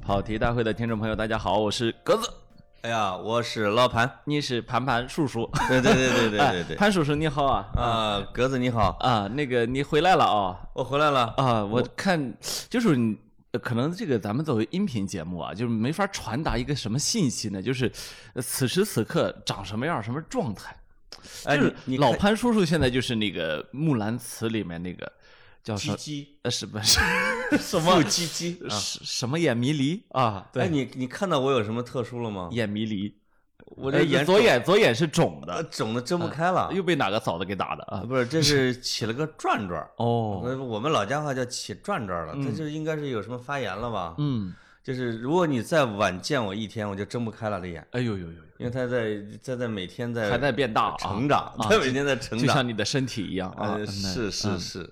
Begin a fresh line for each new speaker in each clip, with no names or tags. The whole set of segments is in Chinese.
跑题大会的听众朋友，大家好，我是格子，
哎呀，我是老潘。
你是盘盘叔叔，
对对对对对对
哎
对。
潘叔叔你好啊
啊，格子你好，
啊，那个你回来了啊
我回来了。
啊，我看就是你。呃可能这个咱们作为音频节目啊，就是没法传达一个什么信息呢？就是呃此时此刻长什么样，什么状态。
哎，
就是
你
老潘叔叔现在就是那个《木兰辞》里面那个叫什
鸡
么？
鸡
呃， 什么是什
腹
么
鸡鸡啊？
什什么眼迷离啊？
哎，
对，
你你看到我有什么特殊了吗？
眼迷离，
我这
呃
眼
左眼左眼是肿
呃
的，
肿的睁不开了。
又被哪个嫂子给打的啊？
不是，这是起了个转转。
哦，
那我们老家话叫起转转了，这就应该是有什么发炎了吧？
嗯，
就是如果你再晚见我一天，我就睁不开了这眼，
哎呦呦呦，
因为它在它在每天在
还在变大啊
成长，
啊
它每天在成
就
长。
像你的身体一样啊
呃，，
嗯
是是是，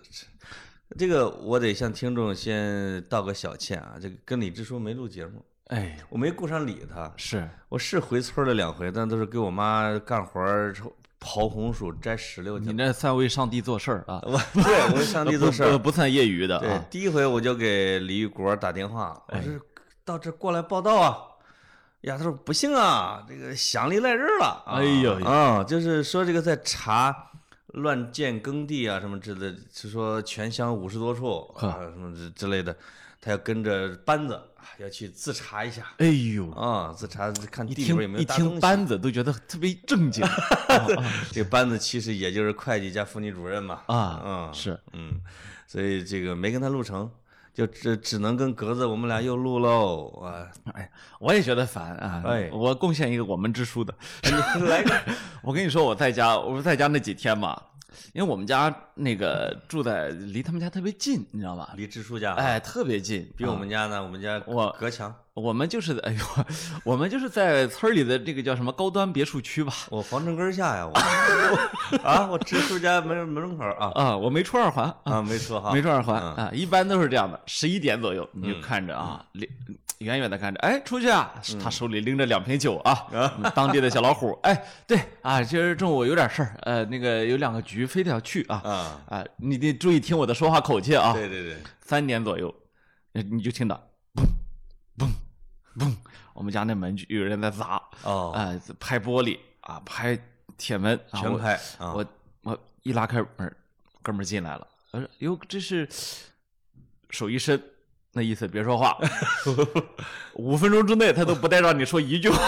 这个我得向听众先道个小歉啊，这个跟李支书没录节目，
哎，
我没顾上理他，
是
我是回村了两回，但都是给我妈干活儿抽刨红薯、摘石榴去
你
了。
这算为上帝做事儿啊，
我 对我为上帝做事
呃
儿。
不不算业余的
对
啊，，哎
第一回我就给李玉国打电话，我说到这过来报道啊。呀，他说不行啊，这个乡里来人了。啊
哎呦呦
啊，就是说这个在查乱建耕地啊什么之类的，是说全乡五十多处
呵
啊什么之之类的，他要跟着班子啊要去自查一下
哎呦，
啊，自查看
一
地里
听
边有没有
一
大东
听
西。
班子都觉得特别正 经
这个班子其实也就是会计加妇女主任嘛。
啊，
嗯，
是
嗯，所以这个没跟他录成，就只只能跟格子我们俩又录喽啊！
哎，我也觉得烦啊！
哎
我贡献一个我们支书的。
你 来个
我跟你说，我在家，我在家那几天嘛，因为我们家那个住在离他们家特别近，你知道吧？
李支书家，，
哎，特别近，
比我们家呢，我们家
我
隔墙，
我们就是哎呦，我们就是在村里的这个叫什么高端别墅区吧？
我皇城根儿下呀，我我啊，我支书家门门口啊
啊，我没出二环啊，
啊，没错哈，
没出二环
嗯
啊，一般都是这样的，十一点左右你就看着啊，离远远的看着，哎，出去啊，
嗯
他手里拎着两瓶酒啊，嗯当地的小老虎，哎，对啊，今儿中午有点事儿，呃，那个有两个局非得要去啊，
啊，
啊，你得注意听我的说话口气啊。
对对对，
三点左右，呃你就听到嘣嘣嘣，我们家那门就有人在砸，啊、
哦，
拍玻璃啊，拍铁门，啊
全拍啊，
我我我一拉开门，哥们儿进来了，我说哟，这是手一伸，那意思别说 话，五分钟之内他都不带让你说一句话。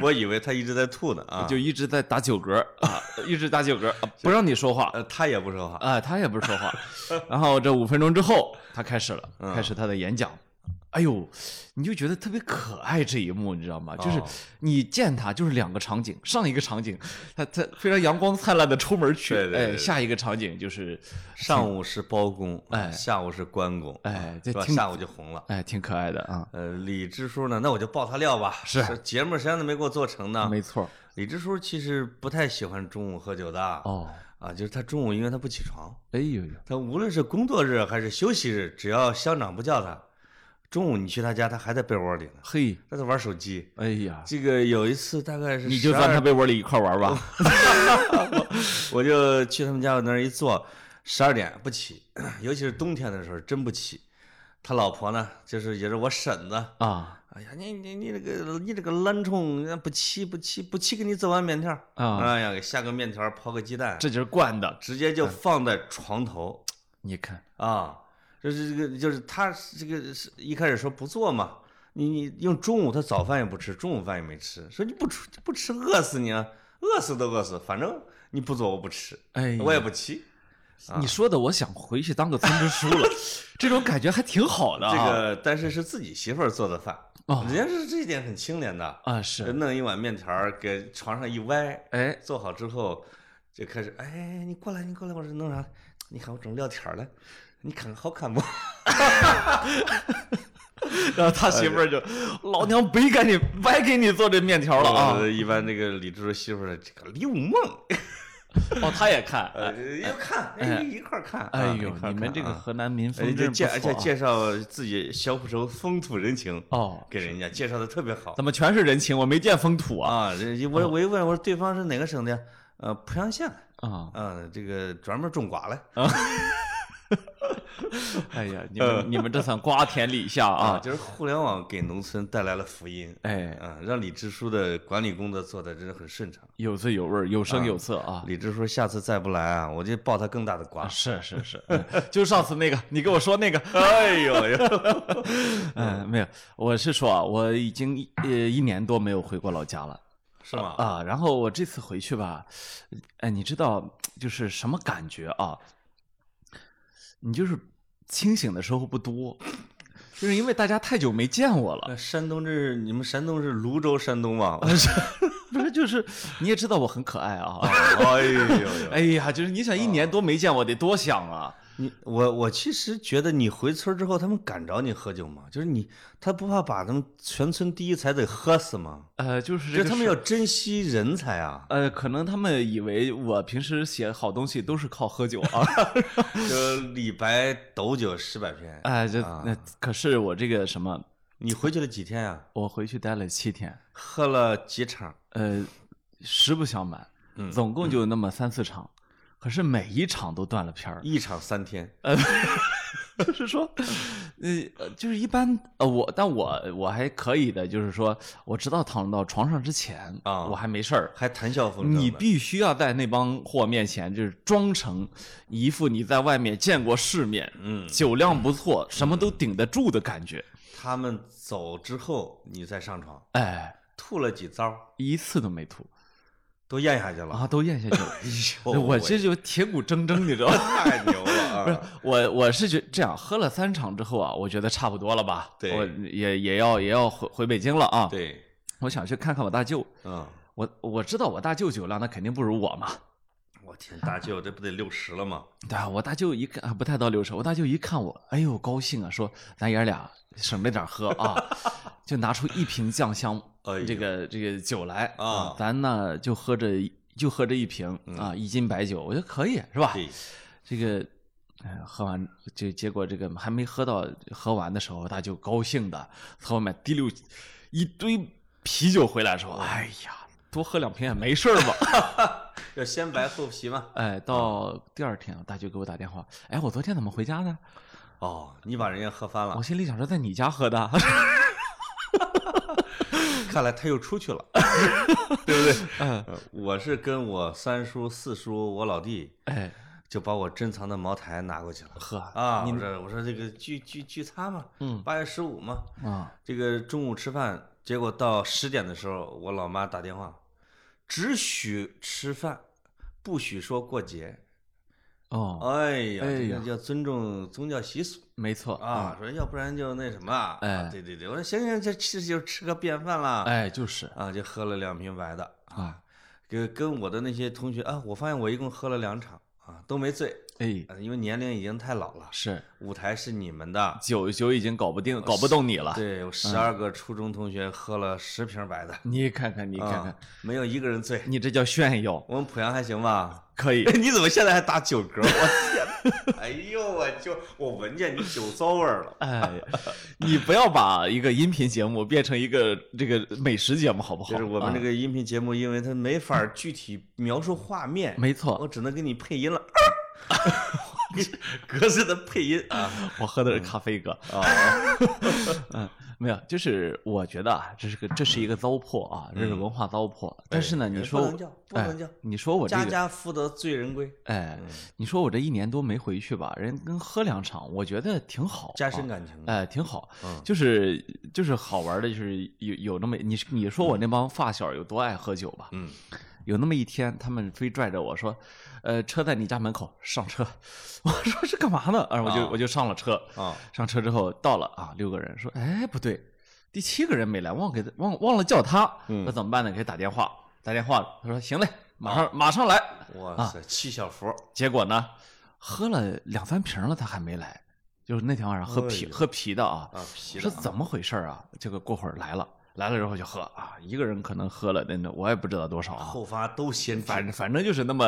我以为他一直在吐呢啊，
就一直在打酒嗝儿啊，一直打酒嗝儿，啊不让你说话，
呃，他也不说话，
啊、他也不是说话。然后这五分钟之后，他开始了，
嗯
开始他的演讲。哎呦，你就觉得特别可爱这一幕，你知道吗？就是
哦
你见他就是两个场景，上一个场景他他非常阳光灿烂的出门去，
对对对
哎，
对
下一个场景就是
上午是包公，
哎
下午是关公，啊
哎这
是吧
听
下午就红了。
哎挺可爱的啊，
呃，李支书呢？那我就爆他料吧。
是
节目谁让他没给我做成呢？
没错
李支书其实不太喜欢中午喝酒的。
哦，
啊，就是他中午因为他不起床，
哎呦呦，
他无论是工作日还是休息日，只要乡长不叫他，中午你去他家，他还在被窝里呢，
嘿，
他在玩手机。
哎呀，
这个有一次大概是
你就
12
钻他被窝里一块玩吧，
我就去他们家往那儿一坐，十二点不起， 尤其是冬天的时候真不起。他老婆呢，就是也是我婶子，
啊
哎呀，你你你这个你这个懒虫，不起不起不起，给你做碗面条儿。
啊，
哎呀，给下个面条儿，泡个鸡蛋，
这就是惯的，
直接就放在床头
你看，
啊。就是这个，就是他这个是一开始说不做嘛，你你用中午他早饭也不吃，中午饭也没吃，说你不吃不吃饿死你啊，饿死都饿死，反正你不做我不吃，
哎呀
我也啊不起。
你说的，我想回去当个村支书 了，这种感觉还挺好的、
这
啊。
个但是是自己媳妇儿做的饭，
哦
人家是这一点很清廉的，
啊，
就是弄一碗面条儿给床上一歪，
哎，
做好之后就开始，哎，你过来，你过来，我说弄啥？你看我整撂条了，你看好看不？
然后他媳妇儿就，老娘白给你白给你做这面条了啊！
呃一般这个李支书媳妇儿这个六梦，
哦，他也看，
呃，要看，哎，一块儿看。
哎
啊
呦，
一块儿
你
看
们这个
啊
河南民
而且
风
就
真
介
不
而且
错、啊。
介绍自己小浦州风土人情
哦，
给人家，介绍的特别好
怎么全是人情？我没见风土啊！
啊。这我我一问，我说对方是哪个省的呀？ 呃，濮阳县的。
啊，
嗯，这个专门种瓜来。
哎呀，你们你们这算瓜田李下啊！
就是互联网给农村带来了福音，
哎，
啊，让李支书的管理工作做的真的很顺畅。
有滋有味儿，有声有色啊！
李支书下次再不来啊，我就爆他更大的瓜。
是是是，嗯就上次那个，你跟我说那个，
哎呦 哎呦，
嗯，没有，我是说啊，我已经一呃一年多没有回过老家了
是吗？
啊，然后我这次回去吧，哎，你知道就是什么感觉啊？你就是清醒的时候不多，就是因为大家太久没见我了。
呃山东这是你们山东是泸州山东吗？
不啊是，就是你也知道我很可爱 啊。
哎呦 呦！
哎呀，就是你想一年多没见我，得多想啊！
你我我其实觉得你回村之后，他们敢找你喝酒吗？就是你，他不怕把他们全村第一才得喝死吗？
呃，就是这
就
个
他
事
们要珍惜人才啊！
呃，可能他们以为我平时写好东西都是靠喝酒啊，
这李白斗酒诗百篇，
哎，这
啊
那可是我这个什么，
你回去了几天啊？
我回去待了七天，
喝了几场？
呃，实不相瞒，
嗯
总共就那么三四场，可是每一场都断了片儿，
一场三天。
就是说，呃，就是一般呃，我但我我还可以的，就是说，我直到躺到床上之前
啊
我还没事儿。
还谈笑风生的。
你必须要在那帮货面前，就是装成一副你在外面见过世面，
嗯，
酒量不错，什么都顶得住的感觉。
他们走之后，你再上床，
哎，
吐了几遭，
一次都没吐
都咽下去了。
啊，都咽下去了。
呦
我
喂
这就铁骨铮铮，你知道吗？
太牛了
不是
啊！
我，我是觉这样，喝了三场之后啊，我觉得差不多了吧，
对
我也也要也要回回北京了啊。
对，
我想去看看我大舅，
嗯，
我我知道我大舅酒量那肯定不如我嘛。
我天，大舅这不得六十了吗？
对啊，我大舅一看啊不太到六十，我大舅一看我，哎呦高兴啊，说咱爷儿俩省着点喝啊， 就拿出一瓶酱香，
哎呦
这个这个酒来
啊嗯
咱呢就喝这一就喝这一瓶啊，一斤白酒，我觉得可以是吧？
对，
这个。哎喝完就结果这个还没喝到喝完的时候，我大舅高兴的从外面提溜一堆啤酒回来，说：“哎呀，多喝两瓶也没事儿吧。”
要先白后皮嘛。
哎，到第二天，我大舅给我打电话，哎，我昨天怎么回家呢？
哦，你把人家喝翻了
我，心里想说，在你家喝的，
看来他又出 去了，对不对？呃我是跟我三叔、四叔、我老弟，
哎，
就把我珍藏的茅台拿过去了。
喝
啊，
你
我说我说这个聚聚聚餐嘛，
嗯
八月十五嘛，
啊，
这个中午吃饭，结果到十点的时候，我老妈打电话，只许吃饭，不许说过节。
哦，
哎呀，
哎
这
呀
个要尊重宗教习俗
没错
啊，，说要不然就那什么啊。
哎
对对对，我说行行，这吃就吃个便饭啦。
嗯哎，就是
啊，就喝了两瓶白的，
啊，
跟跟我的那些同学啊，我发现我一共喝了两场啊，都没醉，
哎，
啊因为年龄已经太老了。
是
舞台是你们的，
酒酒已经搞不定，搞不动你了。
对，我十二个初中同学喝了十瓶白的，
你看看，你
你
看看，
没有一个 人醉。
你这叫炫耀，
我们濮阳还行吧？。
可以
你怎么现在还打酒嗝？我天！哎呦，我就我闻见你酒糟味儿了。
哎，你不要把一个音频节目变成一个这个美食节目，好啊不好？
就是我们这
个，
个音频节目，因为它没法儿具体描述画面，
没错，
我只能给你配 音了，格式的配音啊
我喝的是咖啡哥。
啊！
嗯，没有，就是我觉得啊，这是个这是一个糟粕啊，这是文化糟粕。但是呢，你
嗯哎不
说
能
我
叫不能
哎
叫
你说我这
家嗯
个，
家福德醉人归，
哎，你说我这一年多没回去吧，人跟喝两场，我觉得挺好，
加深
啊。
感情。
哎，挺好，
嗯
就是就是好玩的，就是有有那么你你说我那帮发小有多爱喝酒吧？
嗯，
有那么一天，他们非拽着我说，呃，车在你家门口，上车。 我说是干嘛呢？啊，我就
啊
我就上了车。
啊，
上车之后到了啊，六个人说，哎，不对，第七个人没来，忘给他忘忘了叫他，
嗯
那怎么办呢？给他打电话，打电话了，他说行嘞，马
啊
上、马上来。啊
哇塞，七小福，
结果呢，喝了两三瓶了，他还没来，就是那天晚上喝啤、
哎呦
喝啤的啊，
啊，皮
说
的
怎么回事儿啊？结果过会儿来了，来了之后就喝啊，一个人可能喝了那那我也不知道多少啊。
后发都先知
反反正就是那么，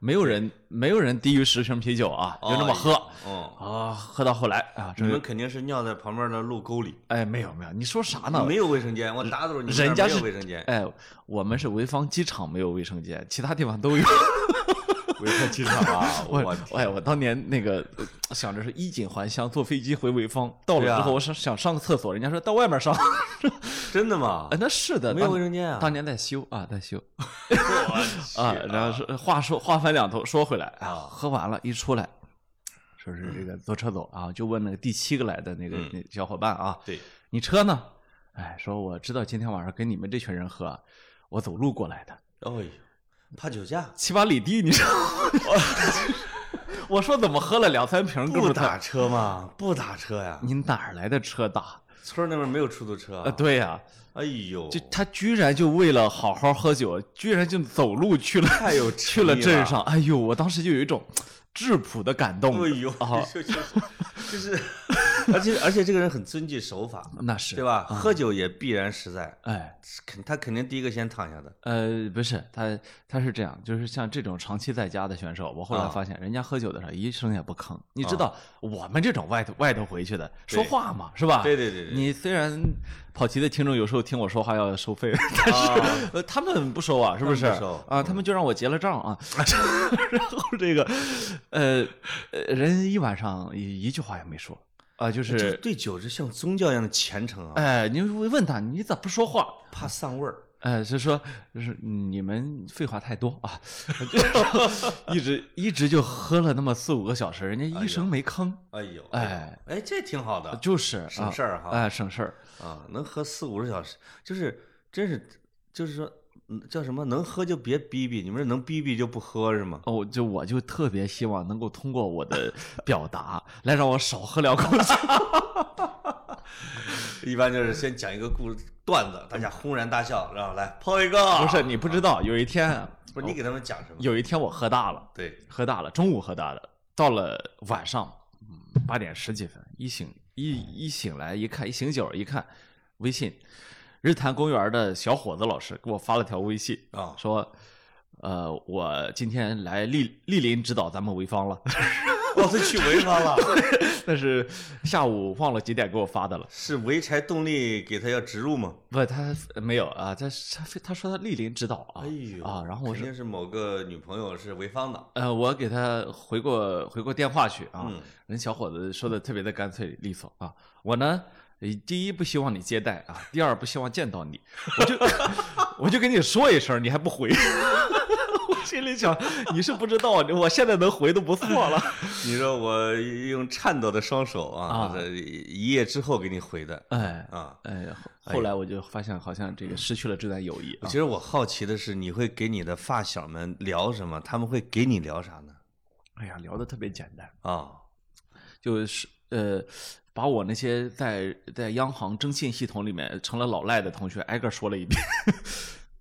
没有人没有人低于十瓶啤酒啊，就那么喝
哦嗯，
啊，喝到后来啊，
你
这
们肯定是尿在旁边的路沟里，
哎，没有没有，你说啥呢？
没有卫生间，我打赌你们
人家
那儿
是
没有卫生间，
哎，我们是潍坊机场没有卫生间，其他地方都有。
卫生机场啊，
我
我天
哎，我当年那个呃想着是衣锦还乡，坐飞机回潍坊。到了
对啊
之后，我想想上个厕所，人家说到外面 上。
真的吗
哎？，那是的，
没有
当
卫生间啊？
当年在修啊，在修啊
啊，
然后是话说话分两头，说回来
啊
喝完了，一出来，说是这个坐车走啊，就问那个第七个来的那个
嗯
那小伙伴啊，
对，
你车呢？哎，说我知道今天晚上跟你们这群人喝，我走路过来的，
哎呦，怕酒驾，
七八里地，你知道吗？ 我说怎么喝了两三瓶，哥们
不
儿他
打车吗？不打车呀？
你哪儿来的车大？
村儿那边没有出租车
啊，
啊？
对呀、
哎呦，
就他居然就为了好好喝酒，居然就走路去了，
太有
去
诚意
了
了
镇上。哎呦，我当时就有一种质朴的感动。
哎呦，
啊，
就就 就是，而且而且这个人很遵纪守法，
那是啊
对？吧？喝酒也必然实在，
哎，
肯他肯定第一个先躺下的。
呃，不是，他他是这样，就是像这种长期在家的选手，我后来
啊
发现，人家喝酒的时候一声也不吭。你知道，我们这种外头外头回去的，说
对
话嘛，是吧？
对对对对，
啊你虽然跑题的听众有时候听我说话要收费，但
啊
是呃他们不收啊，是不是？
他们不收嗯
啊，他们就让我结了账啊， 然后这个呃呃人一晚上一一句话也没说啊，就
就是
是
对酒是像宗教一样的虔诚啊，
哎，你问他你咋不说话？
怕丧味儿。
呃，就说就是你们废话太多啊， 一直一直就喝了那么四五个小时，人家一声没吭，
哎呦，
哎
哎，这挺好的，
就是啊
省事儿哈
哎，省事儿，
啊，能喝四五十小时，就是真是就是说嗯叫什么，能喝就别逼逼，你们是能逼逼就不喝是吗？
哦，就我就特别希望能够通过我的表达来让我少喝两口 酒。
一般就是先讲一个故事段子，大家轰然大笑，然后来抛一个，
不是你不知道，有一天，
不是你给他们讲什么？
有一天我喝大了，
对，
喝大了，中午喝大的，到了晚上嗯八点十几分，一醒一一醒来一看，一醒酒一看微信，日坛公园的小伙子老师给我发了条微信
啊
说。呃，我今天来莅莅临指导咱们潍坊了，
我是去潍坊了，
但是下午忘了几点给我发的了。
是潍柴动力给他要植入吗？
不，他没有啊，他他他说他莅临指导啊，
哎呦
啊，然后我
肯
说，
定是某个女朋友是潍坊的，
呃，我给他回过回过电话去啊，
嗯
人小伙子说的特别的干脆利索啊，我呢，呃第一不希望你接待啊，第二不希望见到你，我就 我就跟你说一声，你还不回， 我心里想你是不知道，我现在能回都不错 了，
你说我用颤抖的双手啊
啊，
这一夜之后给你回的
哎
啊。
哎，后后来我就发现好像这个失去了这段友谊啊
其，实我好奇的是，你会给你的发小们聊什么？他们会给你聊啥呢？
哎呀，聊的特别简单。
啊，
就是呃，把我那些在在央行征信系统里面成了老赖的同学挨个说了一遍。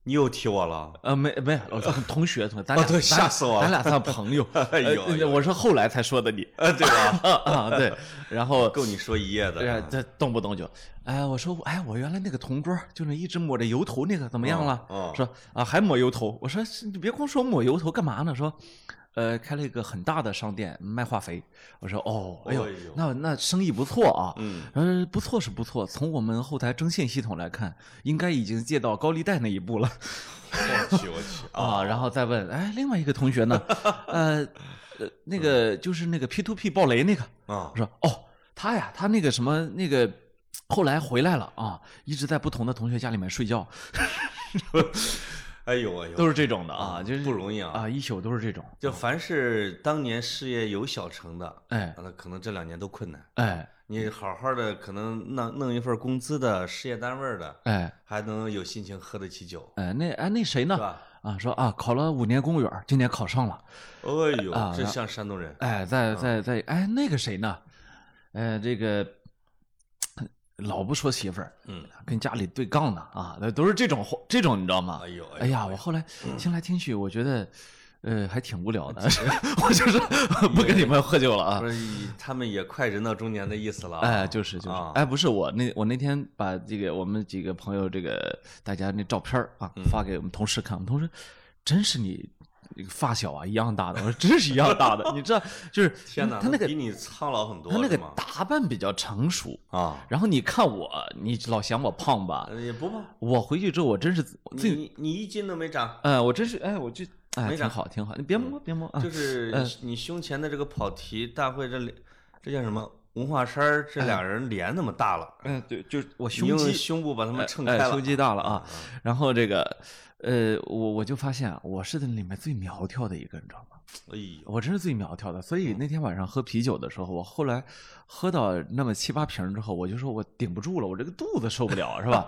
你又提我了，
呃，没 没有，老师同学同学，咱
哦
俩、
对
咱俩
吓死我了
咱俩算朋友。
哎呦
呃
哎呦
我是后来才说的 你
呃，对吧？
啊啊，对，然后。
够你说一夜
对呀
的，。啊
这动不动就，哎，我说，哎，我原来那个同桌，就是一直抹着油头那个，怎么样了？
嗯嗯
说啊，还抹油头。我说是你别光说抹油头，干嘛呢？说，呃，开了一个很大的商店卖化肥。我说哦，哎呦，
哎呦
那那生意不错啊。
嗯，
呃，不错是不错，从我们后台征信系统来看，应该已经借到高利贷那一步了
我去我去
啊。然后再问，哎，另外一个同学 呢？呃，呃，那个就是那个 P to P 暴雷那个，
啊
我！说哦，他呀，他那个什么那个，后来回来了啊，一直在不同的同学家里面睡觉，
哎呦哎呦，
都是这种的啊，就是
不容易啊
啊，一宿都是这种，
就凡是当年事业有小成的，啊
哎
那可能这两年都困难。
哎
你好好的，可能弄弄一份工资的事业单位的，
哎
还能有心情喝得起酒，
哎，那哎那谁
是
呢？
吧？
啊，说啊，考了五年公务员，今年考上了。
哎呦
啊，
这
那
像山东人。
哎，在在在，哎，那个谁呢？呃，这个老不说媳妇儿，
嗯，
跟家里对杠呢啊，那都是这种话这种，你知道吗
哎？呦嗯
哎呀，我后来听来听去，我觉得呃还挺无聊 的， 我就是不跟你们喝酒了啊
不。是他们也快人到中年的意思了啊。
哎，就是就是
啊，
哎，不是我那我那天把这个我们几个朋友这个大家那照片儿啊
嗯
发给我们同事看，我们同事真是你那个发小啊一样大的，我说真是一样大 的，你知道就是
天哪，
他那个
比你苍老很多，
他那个
是吗
打扮比较成熟，
啊，
然后你看我，你老嫌我胖吧
呃？也不胖，
我回去之后，我真是
你
最，
你你一斤都没长，
哎，我真是，哎，我就，哎，
没嗯
挺
长
好，挺好，你别摸，别摸啊
就！是你胸前的这个跑题大会这里这叫什么？文化衫儿，这俩人脸那么大了，
嗯，对，就是哎我
你
胸
用
肌
胸部把他
哎
们撑开
哎
了，
胸肌大了啊。然后这个，呃，我我就发现啊，我是那里面最苗条的一个，你知道吗？
哎呦，
我真是最苗条的。所以
嗯
那天晚上喝啤酒的时候，我后来喝到那么七八瓶之后，我就说我顶不住了，我这个肚子受不了，啊是 吧？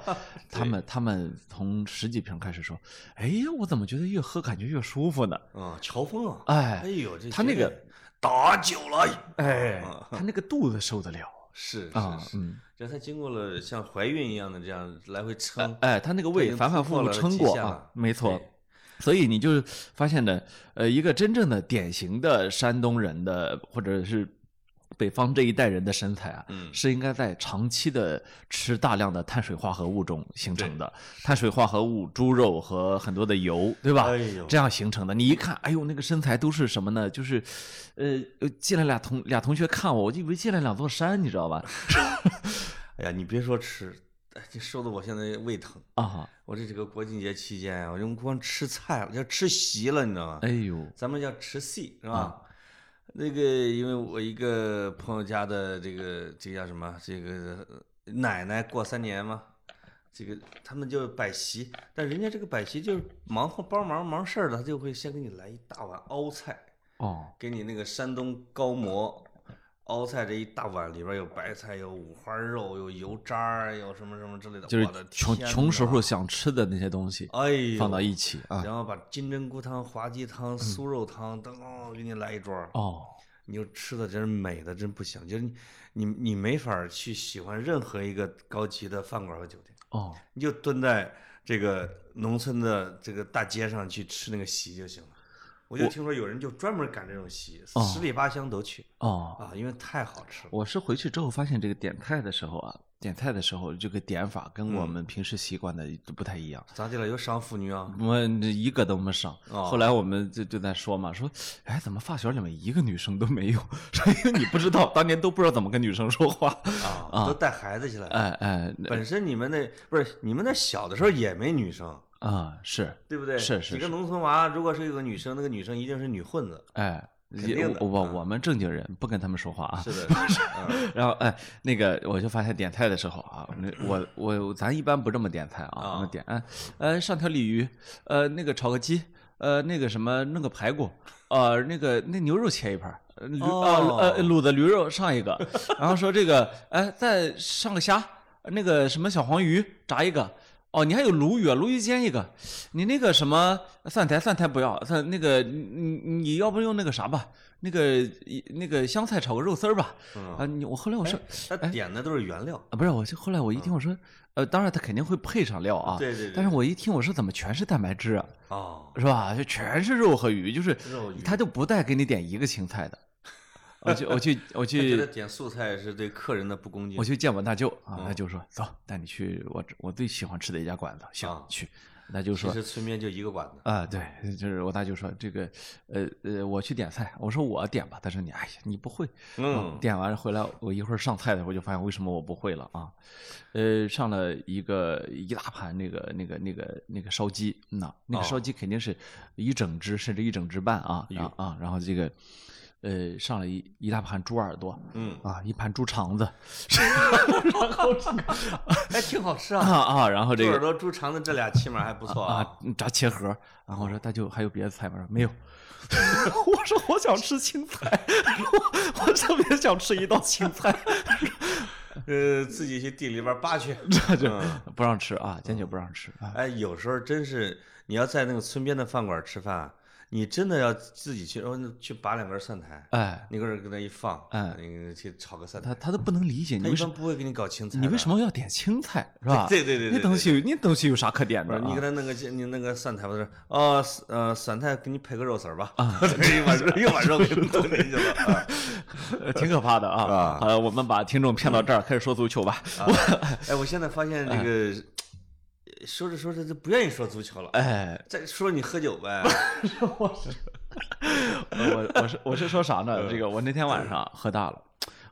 他们他们从十几瓶开始说，哎呀，我怎么觉得越喝感觉越舒服呢？
嗯，乔峰啊，
哎
哎，呦，这
他那个
打酒来，
哎
啊，
他那个肚子受得了
是
啊
是，是，
嗯，
让他经过了像怀孕一样的这样来回撑，
哎，他那个
他已
胃
经
反反
突
复
破
复
了
撑
极
过
限
啊
了，
没错
对。
所以你就发现呢，呃，一个真正的典型的山东人的或者是北方这一代人的身材啊，
嗯
是应该在长期的吃大量的碳水化合物中形成的。碳水化合物、猪肉和很多的油，对吧？
哎呦
这样形成的。你一看，哎呦，那个身材都是什么呢？就是，呃，呃进来俩同俩同学看我，我就以为进来两座山，你知 道吧？
哎呀，你别说吃，哎，这说的我现在胃疼。
啊，
我这这个国庆节期间啊，我就光吃菜了，就吃席了，你知道吗？
哎呦，
咱们叫吃席是吧？那个，因为我一个朋友家的这个这叫什么？这个呃奶奶过三年嘛，这个他们就摆席，但人家这个摆席就是忙活帮忙忙事儿的，他就会先给你来一大碗凹菜，
哦，
给你那个山东高馍、凹菜这一大碗，里边有白菜，有五花肉，有油渣儿，有什么什么之类的。
就是
我的
穷
天
穷时
哪
候，想吃的那些东西
哎呦，
放到一起啊。嗯
然后把金针菇汤、滑鸡汤、酥肉汤，噔、给你来一桌儿，
哦，
你就吃的真是美的，真不行。就是你你你没法儿去喜欢任何一个高级的饭馆和酒店，
哦，
你就蹲在这个农村的这个大街上去吃那个席就行了。我就听说有人就专门赶这种席，
哦
十里八乡都去
哦，
啊，因为太好吃了。
我是回去之后发现这个点菜的时候啊，点菜的时候这个点法跟
嗯
我们平时习惯的都不太一样。
咋地了？有赏妇女啊？
我们这一个都没上，
哦
嗯后来我们就就在说嘛，说，哎，怎么发小里面一个女生都没有？ 说因为你不知道，当年都不知道怎么跟女生说话。
啊，都带孩子去了。
哎哎，那
本身你们那不是你们那小的时候也没女生，
啊、是，
对不对？
是是
一个
是
农村娃，如果是有个女生，那个女生一定是女混子。
哎，
肯
也
定的
我我
啊
我们正经人不跟他们说话啊。
是的，是的嗯
然后哎，那个我就发现点菜的时候啊，那我我咱一般不这么点菜啊，
啊
我们点哎呃上条鲤鱼，呃那个炒个鸡，呃那个什么弄个排骨，呃那个那牛肉切一盘儿，呃驴
哦
啊呃卤的驴肉上一个，然后说这个哎再上个虾，那个什么小黄鱼炸一个。哦，你还有鲈鱼啊，鲈鱼煎一个，你那个什么蒜苔，蒜苔不要，蒜那个你你你要不用那个啥吧，那个那个香菜炒个肉丝儿吧，啊，哎
嗯，
你我后来我说
他点的都是原料。
啊，不是，我就后来我一听我说，呃，当然他肯定会配上料啊，
对对对
但是我一听我说怎么全是蛋白质啊，
哦，
是吧？就全是肉和鱼，就是
肉鱼
他就不带给你点一个青菜的。 我去，我去，我
他觉得
去，
点素菜是对客人的不恭敬。
我去见我大舅啊，
嗯
大舅说走，带你去我我最喜欢吃的一家馆子，行
啊，
去。大舅
其
说
实村边就一个馆子。
啊，对，就是我大舅说这个，呃呃，我去点菜，我说我点吧，他说你哎呀你不会，嗯，
嗯，
点完回来，我一会儿上菜的时候就发现为什么我不会了啊？呃，上了一个一大盘那个那个那个那个烧鸡，嗯呐，那个
哦
烧鸡肯定是一整只甚至一整只半啊，
哎
然
呦
后啊，然后这个呃上了一一大盘猪耳朵
嗯，
啊，一盘猪肠子
哎，挺好吃
啊
啊。
啊，然后
猪
这个
耳朵、猪肠子这俩起码还不错
啊
啊。，
炸茄盒儿。然后我说大舅还有别的菜吗？说 没有。我说我想吃青菜，我我特别想吃一道青菜，
呃，自己去地里边扒 去。
这就
嗯
不让吃啊，坚决不让吃啊。
哎，有时候真是你要在那个村边的饭馆吃饭，啊你真的要自己去，哦，那去拔两根蒜苔，
哎，
你搁这儿搁那一放，
哎
你去炒个蒜苔
他。他都不能理解
他
你
一
为什
般
么
不会给你搞青菜。
你为什？么要点青菜是吧？
对对对对
那
对
东西那东西有啥可点
不
的
是
啊？
你给他弄个你弄个蒜苔吧，他说哦，呃，蒜苔给你配个肉丝儿吧， 啊，一 碗肉一碗肉给你炖进去了。啊
呃挺可怕的 啊
啊！
呃，我们把听众骗到这儿，开始说足球吧。
哎，我现在发现这个说着说着就不愿意说足球了，
哎，
再说你喝酒呗，
我我是我是说啥
嗯
呢？这个我那天晚上喝大了，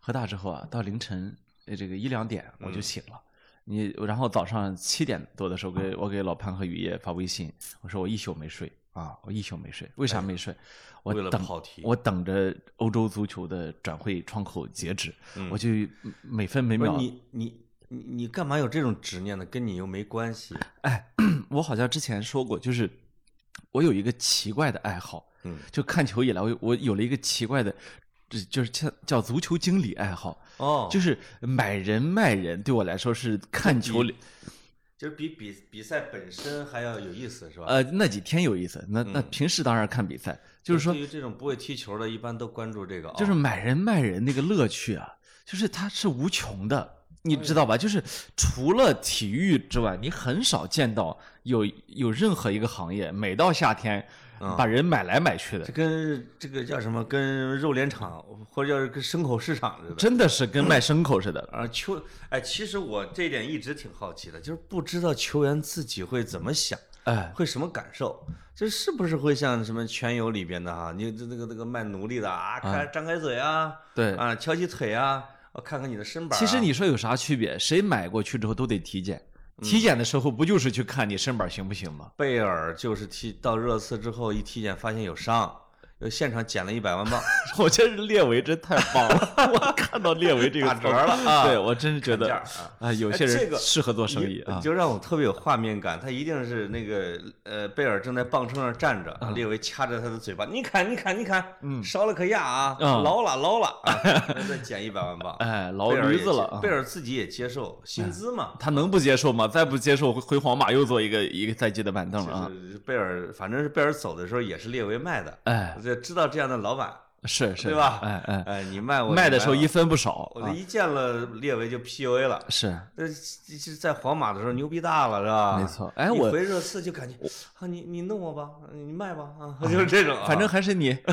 喝大之后啊，到凌晨呃这个一两点
嗯
我就醒了。
嗯
你然后早上七点多的时候给我给老潘和雨夜发微信，我说我一宿没睡啊，我一宿没睡。为啥没睡？ 我
哎为了
等
跑题
我等着欧洲足球的转会窗口截止，我就每分每
嗯不是
秒。
你你你你干嘛有这种执念呢？跟你又没关系。
哎，我好像之前说过，就是我有一个奇怪的爱好，
嗯，
就看球以来，我我有了一个奇怪的，就就是叫叫足球经理爱好，
哦，
就是买人卖人，对我来说是看球里。
就是比比比赛本身还要有意思，是吧？
呃，那几天有意思，
嗯
那那平时当然看比赛，就是说
对于这种不会踢球的，一般都关注这个啊。
就是买人卖人那个乐趣啊，就是它是无穷的，你知道吧？就是除了体育之外，你很少见到有有任何一个行业，每到夏天
嗯
把人买来买去的
这，跟这个叫什么？跟肉联厂或者叫是跟牲口市场似的。
真的是跟卖牲口似的。
啊，球哎，其实我这一点一直挺好奇的，就是不知道球员自己会怎么想，
哎，
会什么感受，这是不是会像什么《全游》里边的哈，你这那个那个卖奴隶的啊，看张开嘴啊，
对
啊，翘起腿啊，我看看你的身板啊。
其实你说有啥区别？谁买过去之后都得体检，体检的时候不就是去看你身板行不行吗？
贝尔就是踢到热刺之后一体检发现有伤，又现场减了一百万镑，
我真是列维真太棒了， 我看到列维这个
打
词
折了啊
对我真是觉
砍
得
价啊
啊，有些
哎这个
人适合做生意啊
就让我特别有画面感。他一定是那个呃，贝尔正在磅秤上站着，
啊
列维掐着他的嘴巴，你砍，你砍，你砍，嗯，烧了可亚啊，
嗯
捞了，捞了 啊，再减一百万镑。
哎，老
贝尔也
驴子了啊
接
哎
贝。尔自己也接受薪资嘛，
他能不接受吗？再不接受，回皇马又坐一个一个赛季的板凳了啊！
就是贝尔，反正是贝尔走的时候也是列维卖的，
哎，
我就知道这样的老板，
是是，
对吧
哎哎，
哎，你卖我
卖的时候
你
一
我
分不少
我这
啊！
一见了列维就 PUA 了。
是
那是在皇马的时候牛逼大了是吧？
没错哎
一
我
回热刺就感觉啊，你你弄我吧，你卖吧啊， 就是这种啊、
反正还是你。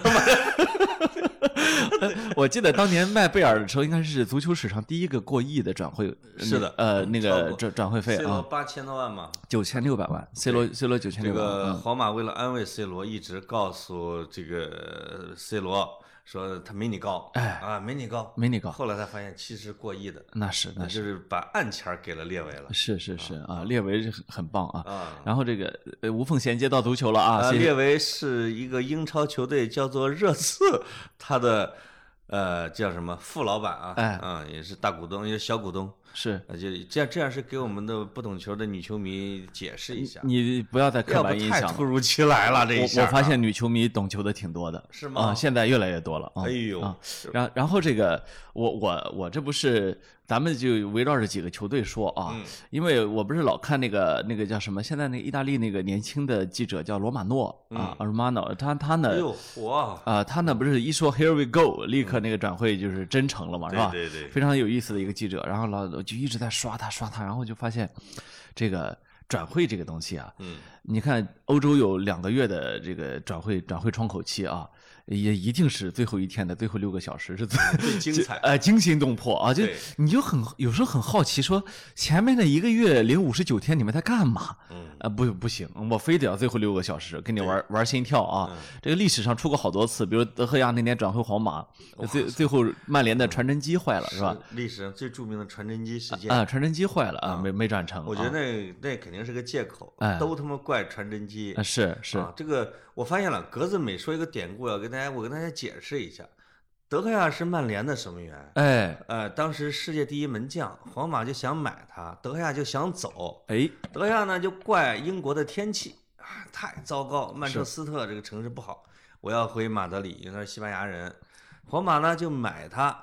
我记得当年卖贝尔的时候，应该是足球史上第一个过亿的转会，
是的
呃，那
超
个
过
转转会费
C 罗
啊，
八千多万嘛。
九千六百万，C 罗 C 罗九千
这
六百万，
个
嗯
皇马为了安慰 C 罗，一直告诉这个呃 C 罗说他没你高，
哎
啊没你高。
没你高，
后来才发现其实过亿的，
那是
那
那是
就是把暗钱儿给了列维了
是是是啊，列维是很很棒啊。
啊。
然后这个呃无缝衔接到足球了啊，
啊，
谢谢
列维是一个英超球队叫做热刺，他的呃叫什么副老板啊，
哎
嗯，也是大股东，也是小股东，
是
啊，就这样，这样是给我们的不懂球的女球迷解释一下，
你不要再刻
要不
板印
太
象了
突。如其来了这一
我
下。啊
我发，现女球迷懂球的挺多的，
是
啊、
吗
现在越来越多了啊。
哎呦，
啊然然后这个，我我我这不是，咱们就围绕着几个球队说啊，
嗯
因为我不是老看那个那个叫什么，现在那个意大利那个年轻的记者叫罗马诺啊、罗马诺，他他呢
嗯哎呦，火，
啊、他呢不是一说 Here we go，立刻那个转会就是真成了嘛，是吧？
对对对，
非常有意思的一个记者，然后老我就一直在刷他刷他，然后就发现这个转会这个东西啊，
嗯，
你看，欧洲有两个月的这个转会转会窗口期啊，也一定是最后一天的最后六个小时是最
最精彩
呃，惊心动魄啊！就
对
你就很有时候很好奇说，前面的一个月零五十九天你们在干嘛？
嗯，
啊，不不行，我非得要最后六个小时跟你玩玩心跳啊！
嗯
这个历史上出过好多次，比如德赫亚那年转会皇马，最最后曼
嗯
联的传真机哎坏了是吧？？
历史上最著名的传真机事件，
啊，传真机坏了啊，没没转成啊。
我觉得那那肯定是个借口
哎，
都他妈怪传真机
啊。是是
啊，这个我发现了，格子每说一个典故，要跟大家我跟大家解释一下，德赫亚是曼联的守门员，
哎
呃，当时世界第一门将，皇马就想买他，德赫亚就想走，
哎
德赫亚呢就怪英国的天气啊太糟糕，曼彻斯特这个城市不好，我要回马德里，因为他是西班牙人，皇马呢就买他。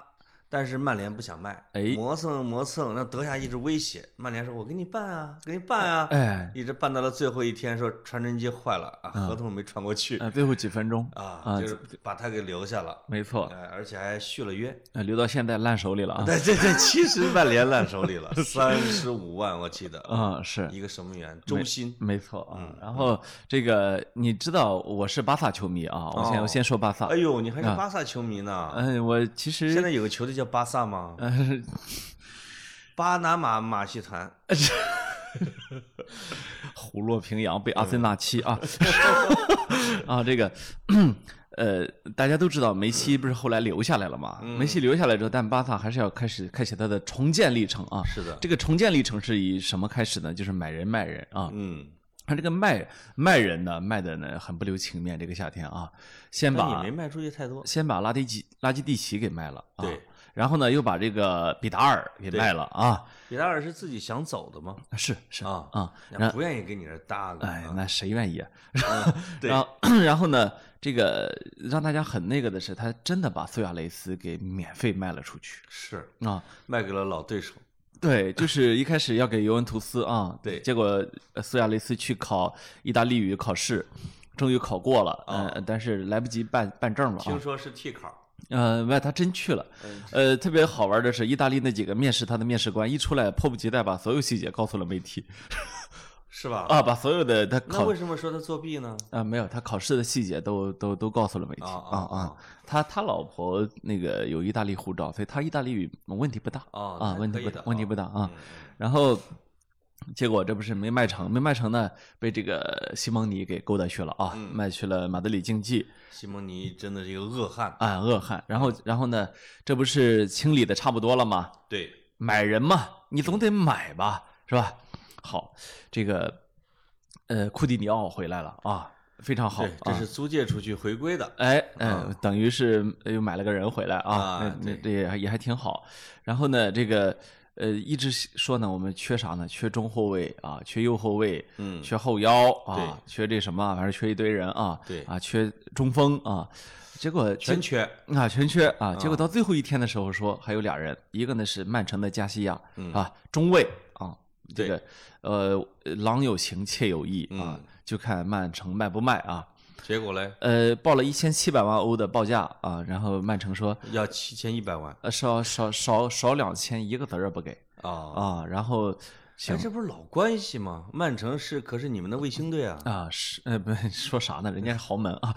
但是曼联不想卖，
哎
磨蹭磨蹭，让德赫亚一直威胁曼联说：“我给你办啊，给你办啊。”
哎，
一直办到了最后一天，说传真机坏了啊，合同没传过去
啊，最后几分钟，
啊，
啊
就是把他给留下了，
没错，
呃而且还续了约。
呃留到现在烂手里了啊。
对对对，其实曼联烂手里 了，三十五万我记得，
嗯，是
一个守门员周鑫，
没错
嗯
啊。然后这个你知道我是巴萨球迷啊，我先
哦
我先说巴萨
哎。呦，你还是巴萨球迷呢？
啊嗯，我其
现
实
在有个球队叫巴萨吗？
嗯
巴拿马马戏团，
虎落平阳被阿森纳欺 啊啊，这个呃，大家都知道梅西不是后来留下来了嘛？
嗯
梅西留下来之后，但巴萨还是要开始开启他的重建历程啊。
是的，
这个重建历程是以什么开始呢？就是买人卖人啊。
嗯，
他这个卖卖人呢，卖的呢很不留情面。这个夏天啊，先
但也
把
没卖出去太多。
先把拉蒂基拉基蒂奇给卖了，啊
对，
然后呢又把这个比达尔给卖了啊，
比达尔是自己想走的吗？
是是
啊
啊，
人家不愿意跟你这搭了。
哎，那谁愿意啊？
对
然后 然后呢，这个让大家很那个的是，他真的把苏亚雷斯给免费卖了出去
是
啊。
卖给了老对手。
对，就是一开始要给尤文图斯啊，
对
结果呃苏亚雷斯去考意大利语考试，终于考过了，嗯、
哦
但是来不及办办证了
听
啊，
说是替考，嗯
呃，外他真去了，呃，特别好玩的是，意大利那几个面试他的面试官一出来，迫不及待把所有细节告诉了媒体
是吧？
啊，把所有的他
那
考
为什么说他作弊呢？
啊，没有，他考试的细节都都都告诉了媒体
啊
啊
啊
啊！他他老婆那个有意大利护照，所以他意大利语问题不大
哦
啊，
那
问
可
题
以
不
的
大，问题
啊
不大啊
嗯。嗯
然后结果这不是没卖成，没卖成呢，被这个西蒙尼给勾搭去了啊，
嗯
卖去了马德里竞技
西蒙尼真的是一个恶汉，
啊，恶汉。然后然后呢，这不是清理的差不多了吗？
对，
买人嘛，你总得买吧，是吧？好，这个呃，库蒂尼奥回来了啊，非常好
对，，这
啊
是租借出去回归的，
哎，嗯，等于是呃又买了个人回来啊，
啊
那那
对
这也还也还挺好。然后呢，这个呃一直说呢，我们缺啥呢？缺中后卫啊，缺右后卫，
嗯
缺后腰
对
啊，缺这什么啊，反正缺一堆人啊，
对
啊，缺中锋啊。结果
全
结
缺，
啊全缺啊，结果到最后一天的时候说还有俩人，一个呢是曼城的加西亚
嗯
啊，中卫啊。这
对
个呃，郎有情妾有意啊
嗯，
就看曼城卖不卖啊。
结果嘞
呃，报了一千七百万欧的报价啊，然后曼城说，
要七千一百万
呃，少少少少两千，一个子儿也不给
啊！
啊，然后
哎，
行
这不是老关系吗？曼城是可是你们的卫星队啊，
啊，是呃不说啥呢，人家是豪门啊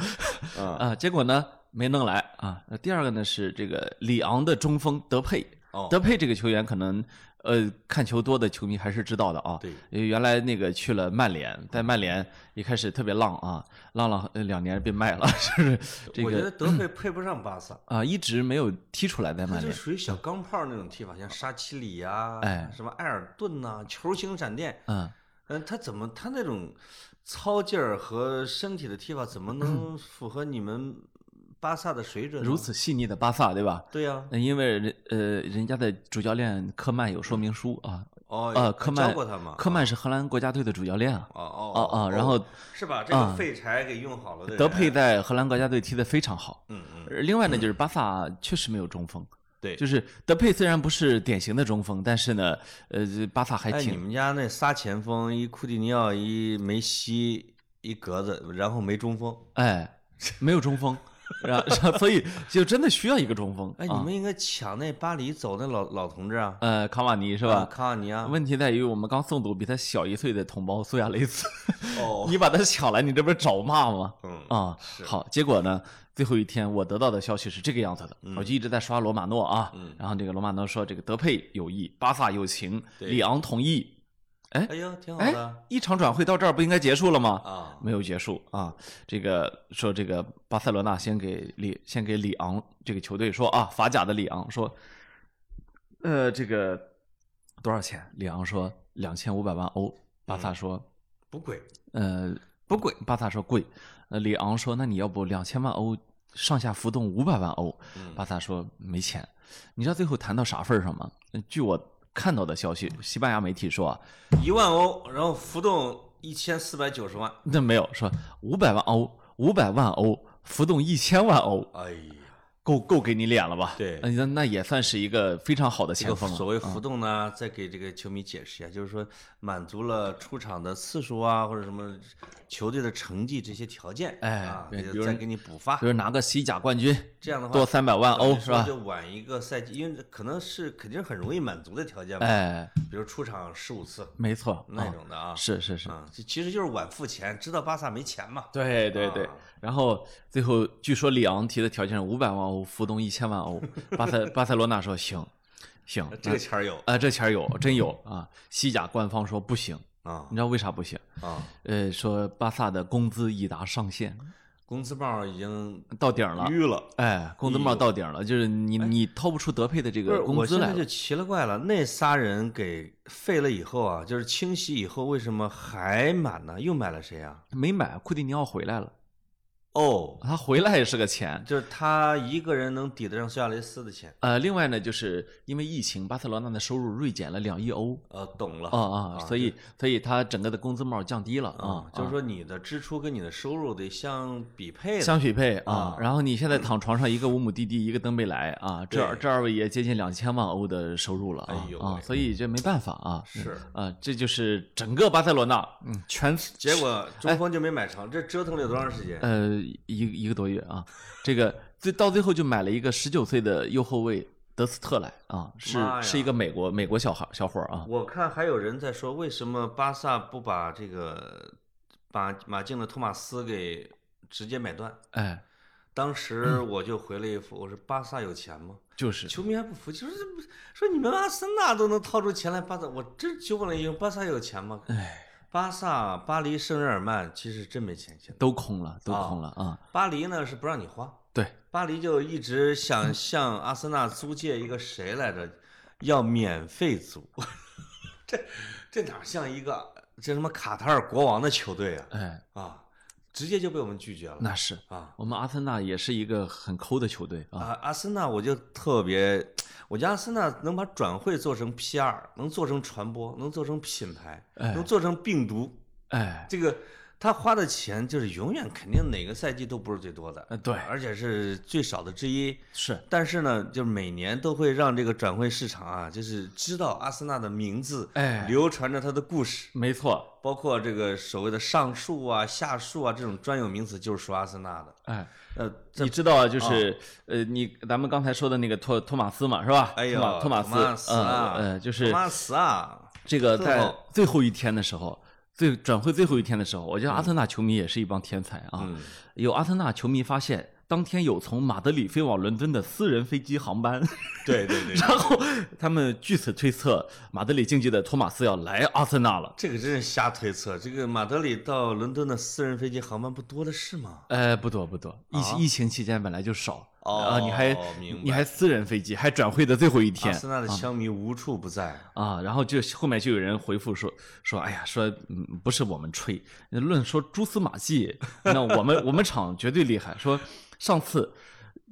啊
啊，结果呢没弄来啊。那第二个呢是这个里昂的中锋德佩，
哦
德佩这个球员可能呃看球多的球迷还是知道的啊，
对
因为原来那个去了曼联，在曼联一开始特别浪啊，浪了呃两年被卖了， 就是这
我觉
个。
得
嗯
德佩配不上巴萨，
啊，一直没有踢出来，在
他
曼
就
联。
属于小钢炮那种踢法，像沙奇里呀，
哎
什么埃尔顿呐，球形闪电，
嗯，
嗯，他怎么他那种操劲儿和身体的踢法，怎么 能符合你们巴萨的水准呢？
如此细腻的巴萨，对吧？
对呀，
那因为人呃，人家的主教练科曼有说明书啊，
哦，
呃，科
还
曼
教过他吗？
科曼是荷兰国家队的主教练啊，
哦啊哦
啊啊，然后啊
是把这个废柴给用好了的
德佩
的，
在荷兰国家队踢得非常好。
嗯嗯，
呃另外呢，就是巴萨确实没有中锋，
对，
就是是德佩虽然不是典型的中锋，但是呢，呃，这巴萨还
哎，你
挺
们家那仨前锋，一库蒂尼奥，一梅西，一格子，然后没中锋，
哎，没有中 锋，然后然后所以就真的需要一个中锋。
哎，
啊
你们应该抢那巴黎走那老老同志啊，
呃，卡瓦尼是
是
吧？
卡瓦尼啊，
问题在于我们刚送走比他小一岁的同胞苏亚雷斯，
哦，
你把他抢来，你这不是找骂吗？
嗯
啊，
是
好，结果呢，最后一天我得到的消息是这个样子的，我就一直在刷罗马诺啊，
嗯
然后这个罗马诺说这个德佩有意，巴萨有情，
对
里昂同意，
哎呦，挺好
哎
的，
一场转会到这儿不应该结束了吗？
啊，
没有结束啊，这个说这个巴塞罗那先给里先给里昂这个球队说啊，法甲的里昂说，呃，这个多少钱？里昂说两千五百万欧，巴萨说。
不贵，
呃，不贵。巴萨说贵，呃，里昂说那你要不两千万欧上下浮动五百万欧，
嗯
巴萨说没钱。你知道最后谈到啥份儿上吗？呃据我看到的消息，西班牙媒体说啊，
一万欧，然后浮动一千四百九十万，
那没有说五百万欧，五百万欧浮动一千万欧，
哎呀，
够够给你脸了吧？
对
呃那那也算是一个非常好的
这个
前锋了。啊
所谓浮动呢，再给这个球迷解释一下，就是说满足了出场的次数啊，或者什么球队的成绩这些条件，
哎
啊，
对
给
比如
再给你补发
比，如拿个西甲冠军，
这样的话
多三百万欧
等于
是
说
吧？
就晚一个赛季，因为可能是肯定是很容易满足的条件嘛，
哎，
比如出场十五次
没错，
那
啊
种的啊，
是是是。
啊，这其实就是晚付钱，知道巴萨没钱嘛，
对对对
啊，
然后最后据说里昂提的条件是五百万欧，浮动一千万欧。巴塞巴塞罗那说行，行，
这个钱儿有
那啊这钱儿有，真有啊。西甲官方说不行，
啊
你知道为啥不行？
啊
呃，说巴萨的工资已达上限，
工资帽已经
到顶儿了，
淤了。
哎，工资帽到顶儿了，就是你你掏不出德配的这
哎不是，
个工
我
资
现
来
在就
了。
奇了怪了，那仨人给废了以后啊，就是清洗以后，为什么还满呢？又买了谁啊？
没买，库蒂尼奥回来了，
哦，
他回来也是个钱。
就是他一个人能抵得上苏亚雷斯的钱。
呃，另外呢，就是因为疫情，巴塞罗那的收入锐减了两亿欧，
呃，懂了。
啊啊，所以
对
所以他整个的工资帽降低了啊
啊，，就是说你的支出跟你的收入得相比配的。
相匹配啊
啊。
然后你现在躺床上，一个乌姆蒂蒂，一个登贝莱啊，这二
对
这二位也接近两千万欧的收入了啊
哎呦
啊，
喂
所以这没办法啊。
是，
啊，这就是整个巴塞罗那，嗯，全
结果中锋就没买成，这折腾了有多长时间？
呃一个一个多月啊，这个最到最后就买了一个十九岁的右后卫德斯特来啊，是
妈呀
是一个美国美国小孩小伙儿啊，
我看还有人在说，为什么巴萨不把这个把马竞的托马斯给直接买断？
哎，
当时我就回了一副，我说巴萨有钱吗？
就是
球迷还不服气，说这不 说你们阿森纳都能掏出钱来，巴萨我真纠问了一句，巴萨有钱吗？
哎，
巴萨、巴黎圣日耳曼其实真没钱，现在
都空了，都空了啊，
巴黎呢是不让你花，
对，
巴黎就一直想向阿森纳租借一个谁来着，要免费租， 这这哪像一个这什么卡塔尔国王的球队啊
哎，
啊，直接就被我们拒绝了
那是
啊。
我们阿森纳也是一个很抠的球队啊，
啊，阿森纳我就特别，我觉得阿森纳能把转会做成 PR，能做成传播，能做成品牌，
哎
能做成病毒。
哎，
这个他花的钱就是永远肯定哪个赛季都不是最多的，
呃对
而且是最少的之一。
是
但是呢，就是每年都会让这个转会市场啊，就是知道阿森纳的名字，
哎
流传着他的故事，
没错，
包括这个所谓的上述啊、下述啊这种专有名词，就是说阿森纳的。
哎。
呃，
你知道啊，就是呃，你咱们刚才说的那个托托马斯嘛，是吧？
哎呦，
托马
托
托马斯，
斯啊
呃，呃，就是
托马斯啊，
这个
最
在
后
最后一天的时候，最转会最后一天的时候，我觉得阿森纳球迷也是一帮天才啊。
嗯
有阿森纳球迷发现，当天有从马德里飞往伦敦的私人飞机航班，
对对 对，
然后他们据此推测，马德里竞技的托马斯要来阿森纳了。
这个真是瞎推测。这个马德里到伦敦的私人飞机航班不多的是吗？
呃，不多不多，疫情、
啊
疫情期间本来就少
哦
啊，你还
明白
你还私人飞机，还转会的最后一
阿
天
森纳的枪迷无处不在。
啊，然后就后面就有人回复说说，哎呀，说嗯不是我们吹，论说蛛丝马迹，那我们 我们厂绝对厉害。说上次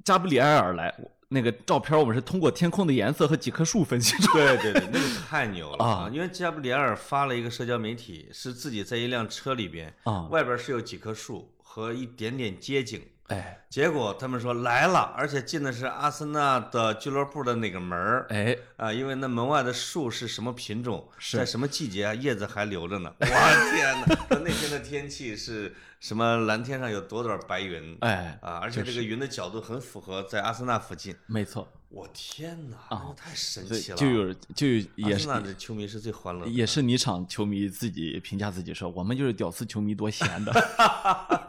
加布里埃尔来，那个照片我们是通过天空的颜色和几棵树分析出
对对对，那个太牛了
啊
啊！因为加布里埃尔发了一个社交媒体，是自己在一辆车里边，
啊，
外边是有几棵树和一点点街景。
哎
结果他们说来了，而且进的是阿森纳的俱乐部的那个门儿。
哎，
啊，因为那门外的树是什么品种，
是
在什么季节啊叶子还留 着呢。我天哪！说那天的天气是什么？蓝天上有多少白云？
哎
啊，而且这个云的角度很符合在阿森纳附近。
没错，
我天哪，那个太神
对，
奇了！
啊就有就有也
阿
啊是
森纳的球迷是最欢乐的，
也是你场球迷自己评价自己说，我们就是屌丝球迷多闲的，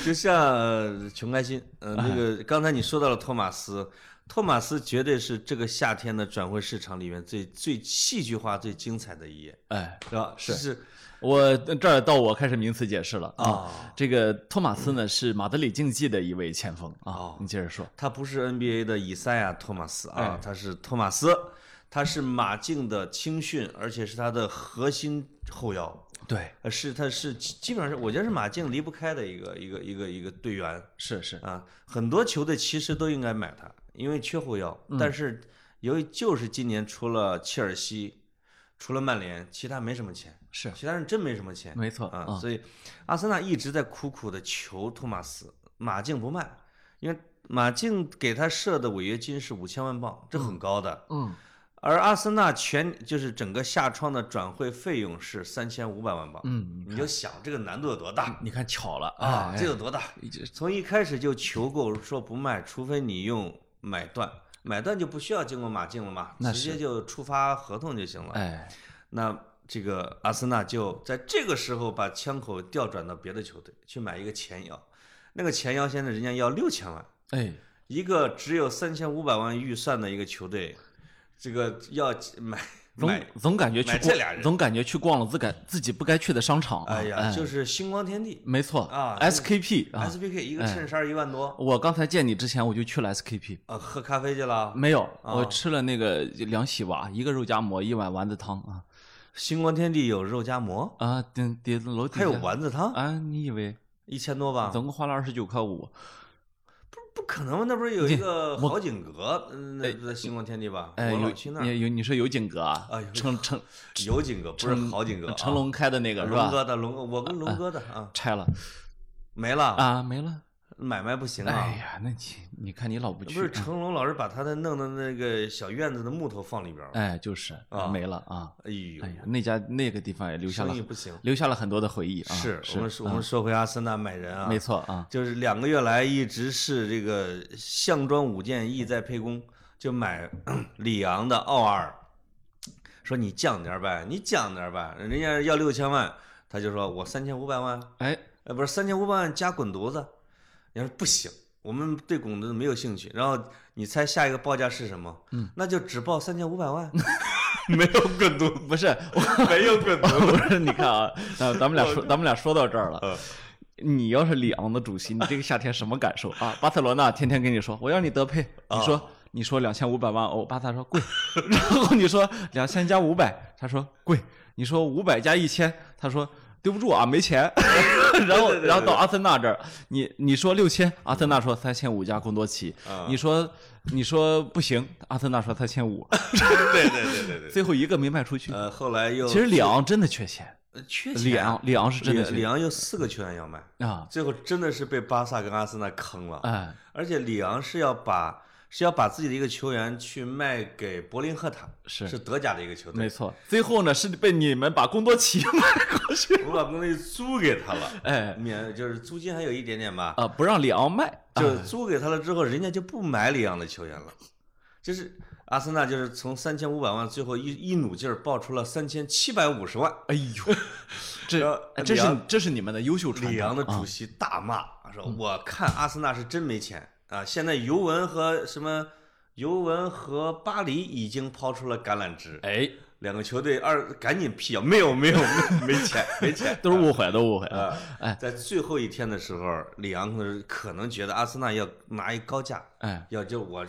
就像呃穷开心。嗯、
哎
那个刚才你说到了托马斯，托马斯绝对是这个夏天的转会市场里面最最戏剧化、最精彩的一页，
哎，
是吧？
是
是
我这儿到我开始名词解释了
啊。
啊。这个托马斯呢是马德里竞技的一位前锋啊
哦，
你接着说。
他不是 NBA 的以赛亚·托马斯啊
哎，
他是托马斯，他是马竞的青训，而且是他的核心后腰，
对，
呃，是他是基基本上是我觉得是马竞离不开的一个一个一个一个队员
是是，
啊，很多球队其实都应该买他，因为缺后腰，
嗯
但是由于就是今年除了切尔西，除了曼联，其他没什么钱，
是
其他人真没什么钱，
没错
啊，
啊
所以阿森纳一直在苦苦的求托马斯，马竞不卖，因为马竞给他设的违约金是五千万镑，这很高的。
嗯，
而阿森纳全就是整个夏窗的转会费用是三千五百万镑，
嗯，
你就想这个难度有多大
你看巧了
啊，这
这
有多大？
这
从一开始就求购说不卖，除非你用买断，买断就不需要经过马竞了嘛，
那
直
是
接就触发合同就行了。
哎，
那这个阿森纳就在这个时候把枪口调转到别的球队去买一个前腰，那个前腰现在人家要六千万，
哎，
一个只有三千五百万预算的一个球队，这个要买
总
买
总感觉去
买
逛
这俩人
总感觉去逛了自感自己不该去的商场啊。
哎呀，就是星光天地
没错
啊就是
，SKP 啊，
，SBK 一个衬衫一万多，
我刚才见你之前我就去了 SKP，
啊，喝咖啡去了。
没有，
啊
我吃了那个两喜娃，一个肉夹馍，一碗丸子汤啊
星光天地有肉夹馍，
啊，顶顶楼底
还有
下
丸啊子汤，
啊？你以为
一千多吧？
总共花了二十九块五？
不可能吧？那不是有一个好景阁，嗯那不是星光天地吧？
哎，
我
有
老去那儿。
你有你说有景阁啊
哎呦？
成成
有景 阁不是好啊景阁，
成龙开的那
那
个是
龙
吧？
哥的龙哥，我跟龙哥的啊，
拆了
没了，
啊，没了。
买卖不行
哎
啊。
呀，那你你看你老不
不
去啊
是，成龙老是把他的弄的那个小院子的木头放里边儿吗？
哎，就是
啊
没了啊。
哎呦
哎，呀，那家那个地方也留下了
生意不行。
留下了很多的回忆啊。
是我们
是
说我们说回阿森纳买人啊，
没错啊。
就是两个月来一直是这个项庄舞剑意在沛公，就买里昂的奥尔，说你降点儿呗，你降点儿呗，人家要六千万，他就说我三千五百万，
哎，
呃，不是三千五百万加滚犊子，人家说不行，我们对滚犊子没有兴趣。然后你猜下一个报价是什么？嗯，那就只报三千五百万，
没有 滚犊，不是我没有滚犊，呃不是你看啊，咱咱们俩 说咱们俩说到这儿了
嗯。
你要是里昂的主席，你这个夏天什么感受啊？巴塞罗那天天跟你说我要你德佩，你
啊
说、你说两千五百万欧，巴萨说贵， 然后你说两千加五百，他说贵，你说五百加一千，他说对不住啊没钱， 然后
对对对
然后到阿森纳这儿，你你说六千，阿森纳说三千五加贡多齐，
啊
你说你说不行，阿森纳说三千五，
对对对对对。
最后一个没卖出去。
呃，后来又
其实里昂真的缺钱，
呃缺
里
钱，
昂里昂是真的
里
缺
里
钱
昂有四个球员要卖，
啊，
最后真的是被巴萨跟阿森纳坑了。
哎，
而且里昂是要把是要把自己的一个球员去卖给柏林赫塔，
是
是德甲的一个球
没
队，
错。最后呢是被你们把贡多齐 卖过去，
我把工地租给他了，
哎
免就是租金还有一点点吧，
啊，不让里昂卖，
就租给他了之后，人家就不买里昂的球员了，就是阿森纳就是从三千五百万最后一一努劲儿爆出了三千七百五十万，
哎呦，
然
这
后
哎这
里
是
昂
这是你们的优秀传统。
里昂的主
啊
席大骂说：“
嗯
我看阿森纳是真没钱啊！现在尤文和什么尤文和巴黎已经抛出了橄榄枝，
哎，
两个球队二赶紧辟谣，没有没有没没钱没 钱
都是误会，都是误会啊。
啊！在最后一天的时候，里昂可能可能觉得阿森纳要拿一高价，
哎，
要就我，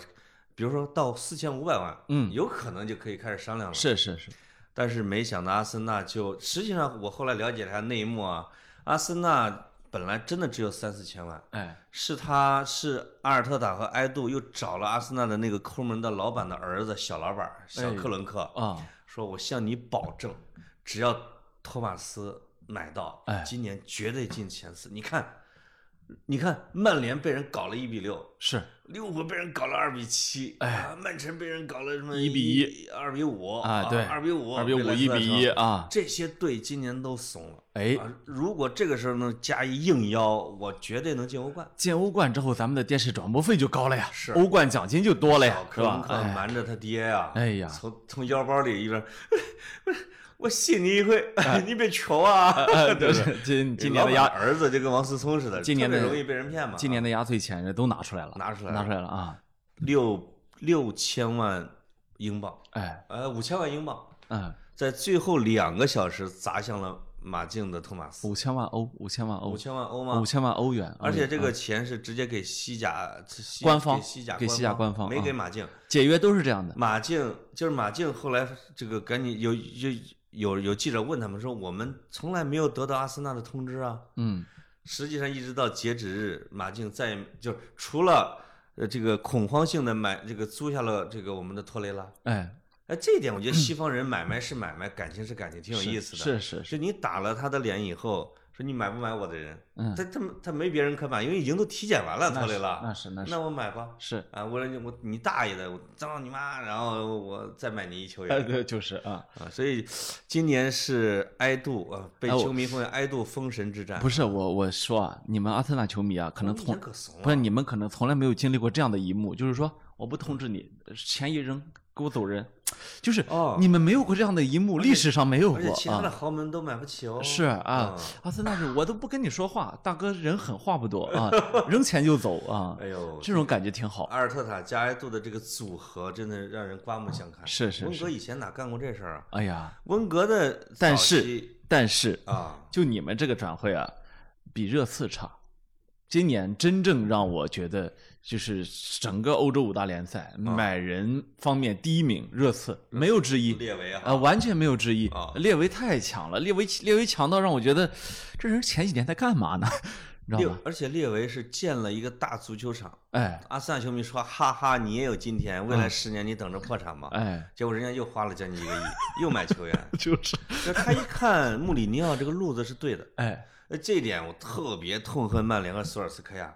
比如说到四千五百万，
嗯
有可能就可以开始商量了。
是是是，
但是没想到阿森纳就，实际上我后来了解了一下内幕啊，阿森纳本来真的只有三四千万，
哎，
是他是阿尔特塔和埃杜又找了阿森纳的那个抠门的老板的儿子小老板小克伦克，
啊，
说我向你保证，只要托马斯买到
哎，
今年绝对进前四。你看，你看曼联被人搞了一比六。
是
利物浦被人搞了二比七，哎，曼城被人搞了什么
1比
一、二比五
啊，对，
二比五，
二比
被
五，
莱斯
一
特
比
城
一啊，
这些队今年都怂了。
哎。
啊，如果这个时候能加一硬腰，我绝对能进欧冠。
进欧冠之后，咱们的电视转播费就高了呀，
是
欧冠奖金就多了呀
小，
是
克
吧
伦？克
哎
瞒着他爹呀，
哎呀
从从腰包里一边，我信你一回，你别求啊。
哎， 对，今今年的
老
压
板儿子就跟王思聪似的，
今年的
特别容易被人骗嘛。
今年的压岁钱人都拿出来了，
拿出来了
拿出来了啊！
六六千万英镑，
哎，
呃，五千万英镑，
嗯，
在最后两个小时砸向了马竞的托马斯，
五千万欧，五千万欧
五，千万欧吗
哦五？千万欧元。
而且这
嗯
个钱是直接给西甲西
官方
给西甲
给西甲官方
没
啊
给马竞。
解约都是这样的，
马竞就是马竞，后来这个赶紧有有有有记者问他们说，我们从来没有得到阿森纳的通知啊。
嗯，
实际上一直到截止日，马竞再也就是除了呃这个恐慌性的买这个租下了这个我们的托雷拉。
哎，
哎，这一点我觉得西方人买卖是买卖，感情是感情，挺有
是
意思的。
是是是，
是你打了他的脸以后，说你买不买我的人？
嗯
他他他没别人可买，因为已经都体检完了托雷拉，
那是那是
那我买吧。
是，
啊，我说你我你大爷的，我脏你妈，然后我再买你一球
哎，
员
对，就是啊，
啊，所以今年是埃杜啊，被
哎我
球迷奉为埃杜封神之战，
不
是
是我我说啊，你们阿森纳球迷啊，可能从
可怂啊
不是
了，
你们可能从来没有经历过这样的一幕，就是说我不通知你，钱一扔给我走人，就是
哦
你们没有过这样的一幕，历史上没有
而且
过
其他的
啊。
豪门都买不起哦。
是啊
嗯，
阿森纳是我都不跟你说话，大哥人狠话不多 啊，扔钱就走啊，
哎呦，啊
这种感觉挺好。
阿尔特塔加埃杜的这个组合真的让人刮目相看。
是是
温
是
格以前哪干过这事儿啊？
哎呀，
温格的早期，
但是但是
啊，
就你们这个转会啊，比热刺差。今年真正让我觉得，就是整个欧洲五大联赛
啊
买人方面第一名，热刺没有之一，
嗯列维
啊，
啊，
完全没有之一
啊。
列维太强了，列维列维强到让我觉得，这人前几年在干嘛呢？ 你知
列
道吗？
而且列维是建了一个大足球场。
哎
阿森纳球迷说：“哈哈，你也有今天，未来十年你等着破产吧。
嗯哎，
结果人家又花了将近一个亿，又 买球员。
就是
这他一看穆里尼奥这个路子是对的，
哎
呃，这一点我特别痛恨曼联和索尔斯克亚。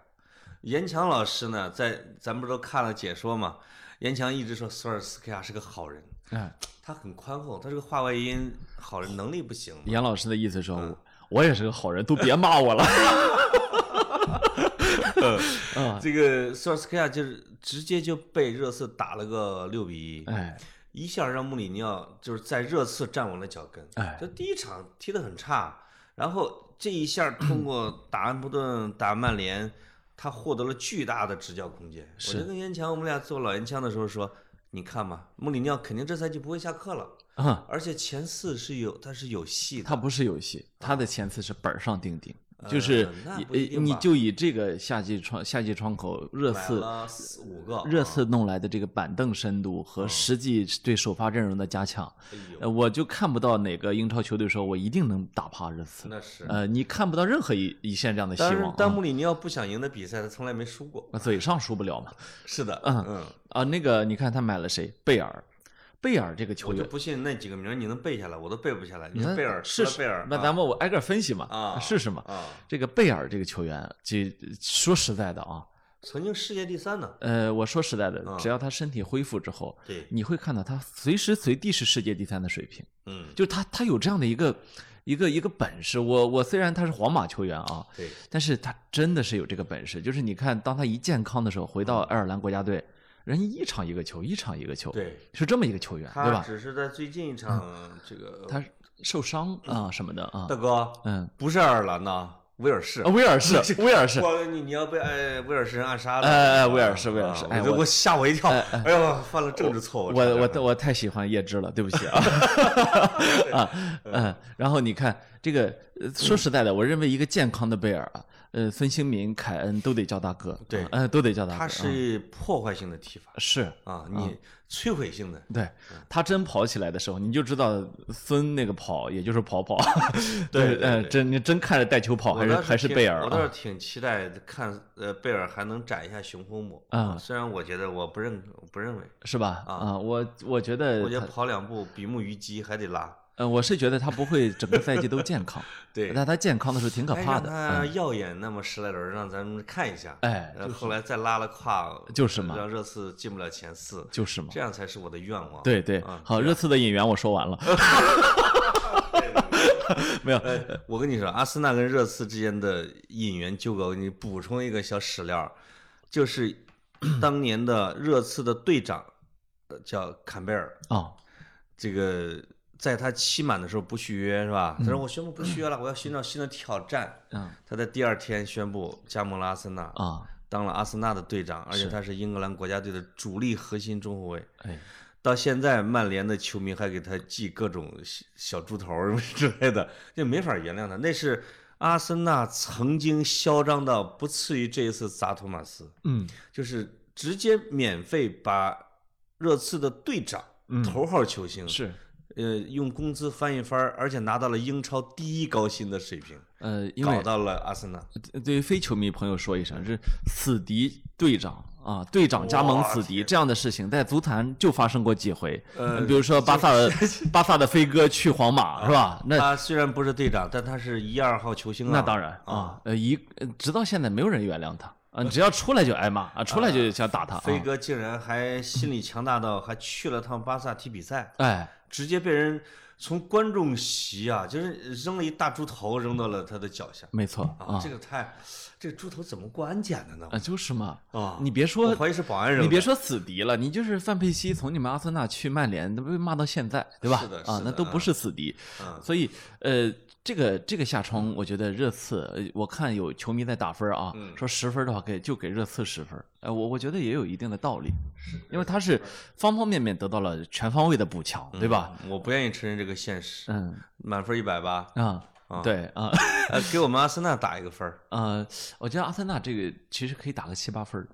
严强老师呢，在咱不是都看了解说嘛？严强一直说索尔斯克亚是个好人，
哎，
他很宽厚，他这个话外音好人能力不行嘛。
严老师的意思说，
嗯
我也是个好人，都别骂我了。
嗯
啊，
这个索尔斯克亚就是直接就被热刺打了个六比一，
哎
一下让穆里尼奥就是在热刺站稳了脚跟。
哎
就第一场踢得很差，然后这一下通
嗯
过打安普顿、打曼联，他获得了巨大的执教空间。我
是
就跟严强，我们俩做老严强的时候说，你看吧，穆里尼奥肯定这赛季不会下课了，
啊，
而且前四是有他是有戏的。
他不是有戏，他的前次是本上钉钉，就
呃
是
那不一
以
定
你
吧
就以这个夏季窗夏季窗口热
买
刺
了四五个，
热
啊，
刺弄来的这个板凳深度
嗯
和实际对首发阵容的加强，
哎呦，
呃，我就看不到哪个英超球队说我一定能打趴热刺。
那是。
呃，你看不到任何一一线这样的希
但是
望。
但
啊
穆里尼奥不想赢的比赛，他从来没输过。
那嘴上输不了嘛。
是的，
嗯
嗯，
啊，那个你看他买了谁？贝尔，贝尔这个球
我就
员，
不信那几个名儿你能背下来，我都背不下来。你
那
看贝尔，除
试
了
试
贝尔，
那
啊
咱们我挨个分析嘛，
啊
试试嘛。
啊，
这个贝尔这个球员，这说实在的啊，
曾经世界第三呢。
呃，我说实在的，
啊
只要他身体恢复之后，
对，
你会看到他随时随地是世界第三的水平。
嗯，
就是他他有这样的一个一个一个本事。我我虽然他是皇马球员啊，
对，
但是他真的是有这个本事。就是你看，当他一健康的时候，回到爱尔兰国家队，人一场一个球，一场一个球，
对，
是这么一个球员，对
他
吧？嗯
只是在最近一场这个，
他受伤
嗯
啊、什么的啊
大，哥
嗯，
不是爱尔兰呐，威尔士
啊。威尔 士，威尔士，
我你你要被爱威尔士人暗杀的，
哎哎
啊
威尔士威尔士
啊
哎
我就
我
我吓我一跳，哎呦，犯了政治错误，差
我
点
我我太喜欢叶芝了，对不起 啊啊嗯，然后你看这个，呃
嗯
说实在的，我认为一个健康的贝尔啊，呃，孙兴民、凯恩都得叫大哥，
对
啊呃，都得叫大哥，
他
嗯
是破坏性的踢法
是。
啊，你摧毁性的，
对他真跑起来的时候，你就知道孙那个跑，也就是跑跑，
对对
呃，
对
真你真看着带球跑哦还
我
是
倒
还是
挺
贝尔
我倒是
啊？
挺期待看呃贝尔还能展一下雄风不
啊
虽然我觉得我不认我不认为，
是吧？
啊
啊，我我觉得
我觉得
他，
跑两步比目鱼肌还得拉，
呃，我是觉得他不会整个赛季都健康，
对
但他健康的时候挺可
哎
怕
让
的，
他
嗯
耀眼那么十来轮儿，让咱们看一下。
哎
然后后来再拉了胯，
就是嘛
让热刺进不了前四，
就是嘛
这。样才是我的愿望。
对对
啊，
好，热刺的引援我说 完了，没有，
呃我跟你说，阿森纳跟热刺之间的引援纠葛，我给你补充一个小史料儿，就是 当年的热刺的队长呃叫坎贝尔，
哦，
这个在他期满的时候不续约是吧？他说我宣布不续约了，我要寻找新的挑战。
嗯
他在第二天宣布加盟了阿森纳
啊，
当了阿森纳的队长，而且
是
他是英格兰国家队的主力核心中后卫。
哎，
到现在，曼联的球迷还给他寄各种小小猪头儿 之类的，这没法原谅他。那是阿森纳曾经嚣张到不次于这一次砸托马斯，
嗯，
就是直接免费把热刺的队长、
嗯
头号球星，
是，
呃，用工资翻一番儿，而且拿到了英超第一高薪的水平，
呃，因为
搞到了阿森纳。
对于非球迷朋友说一声，这死敌队长啊，队长加盟死敌这样的事情，在足坛就发生过几回。
呃
比如说巴萨的 巴萨的飞哥去皇马是吧？那
他虽然不是队长，但他是一二号球星啊。
那当然啊，呃，一呃直到现在没有人原谅他啊，只要出来就挨骂啊，出来就想打他。
飞
啊，
哥竟然还心理强大到还去了趟巴萨踢比赛，
哎，
直接被人从观众席啊，就是扔了一大猪头扔到了他的脚下
没错
啊
啊，
这个太，这个猪头怎么过安检的呢？
啊就是嘛，
啊，
你别
我
说
怀疑是保安扔的，
你别说死敌了，你就是范佩西从你们阿森纳去曼联，那被骂到现在，对吧？
是的
啊
是，
那
的
都不
啊
是死敌，
嗯
所以呃，这个这个下冲，我觉得热刺，呃我看有球迷在打分啊，
嗯
说十分的话给就给热刺十分，呃，我我觉得也有一定的道理，因为他是方方面面得到了全方位的补强，
嗯
对吧？
我不愿意承认这个现实。
嗯
满分一百吧，
啊
啊，
对啊
呃，给我们阿森纳打一个分儿
呃，我觉得阿森纳这个其实可以打个七八分儿的，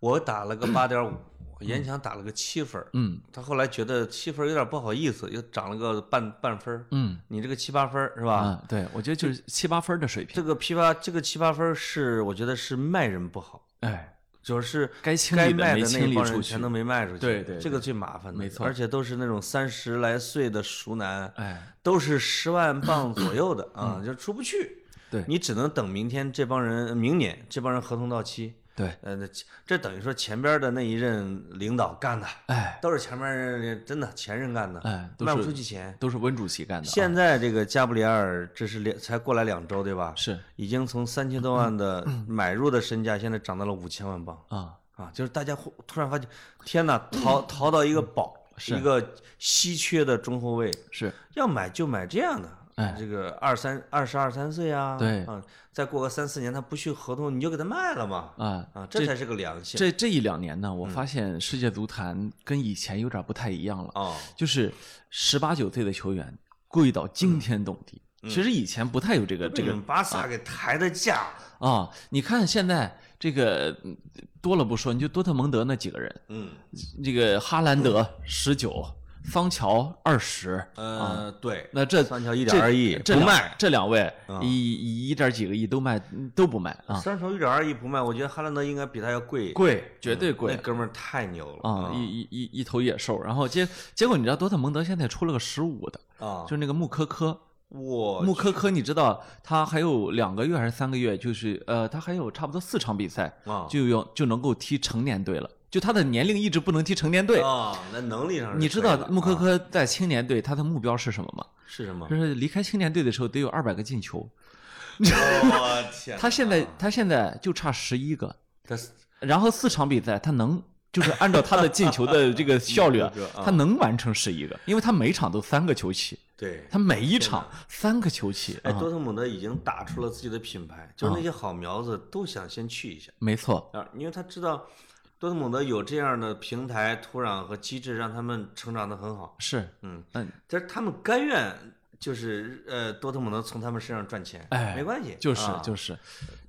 我打 了个八点五，严强打了个七分儿
嗯
他后来觉得七分儿有点不好意思，又涨了个半半分儿
嗯
你这个七八分儿是吧？
啊，对，我觉得就是七八分儿的水
这
平，
个批发这个七八分儿是我觉得是卖人不好，
哎。
主要是
该清
该
理的
卖
没
的
清
那
理
帮
出
人
去
全都没卖出去，
对对
这个
对
最麻烦的，
没错
而且都是那种三十来岁的熟男，
哎，
都是十 万镑左右的啊，就出不去。
嗯对
你只能等明天这帮人，明年这帮人合同到期，
对，
呃，那这等于说前边的那一任领导干的，
哎
都是前面人真的前任干的，
哎，都
卖不
是
出去钱。
都是温主席干的啊，
现在这个加布里埃尔，这是两才过来两周对吧？
啊是
已经从三千多万的买入的身价，现在涨到了五千万镑
啊，
啊！就是大家忽突然发现，天哪，淘淘到一个宝，
嗯是
一个稀缺的中后卫，
是
要买就买这样的，
哎
这个二三二十二三岁啊，
对
啊，再过个三四年他不续合同，你就给他卖了嘛，
啊
啊，这才是个良心
这这一两年呢，
嗯
我发现世界足坛跟以前有点不太一样了，
啊，
就是十八九岁的球员贵到
嗯
惊天动地。其实以前不太有这个这
被你
个
们巴萨给抬的价，
啊，你看现在这个嗯多了不说，你就多特蒙德那几个人，
嗯，
这个哈兰德十九，桑乔二十，
呃，对，
啊那这
桑乔1.2亿
这这
不
两
卖啊
这两位一一点几个亿都卖都不卖啊，
三球一点二亿不卖，我觉得哈兰德应该比他要贵，嗯
贵，绝对贵
那哥们儿太牛了
啊！一一一一头野兽，然后结结果你知道多特蒙德现在出了个十五的，
啊！
就是那个穆科科，
我
穆科科，你知道他还有两个月还是三个月，就是呃，他还有差不多四场比赛
啊
就有就能够踢成年队了，就他的年龄一直不能踢成年队。
啊，那能力上是
你知
可以
道
的
穆科
啊
科在青年队他的目标是什么吗？
是什么哦
就？是离开青年队的时候得有二百个进球，
我天哪，
他现在他现在就差十一个，
他是
然后四场比赛他能。就是按照他的进球的这个效率
穆科科啊
他能完成十一个，因为他每场都三个球起，
对
他每一场三个球起，
哎，
啊
多特蒙德已经打出了自己的品牌，就是那些好苗子都想先去一下
没错，
啊，因为他知道多特蒙德有这样的平台、土壤和机制，让他们成长的很好。
是，
嗯，
嗯，
但是他们甘愿就是呃，多特蒙德从他们身上赚钱，
哎
没关系，
就是
啊
就是，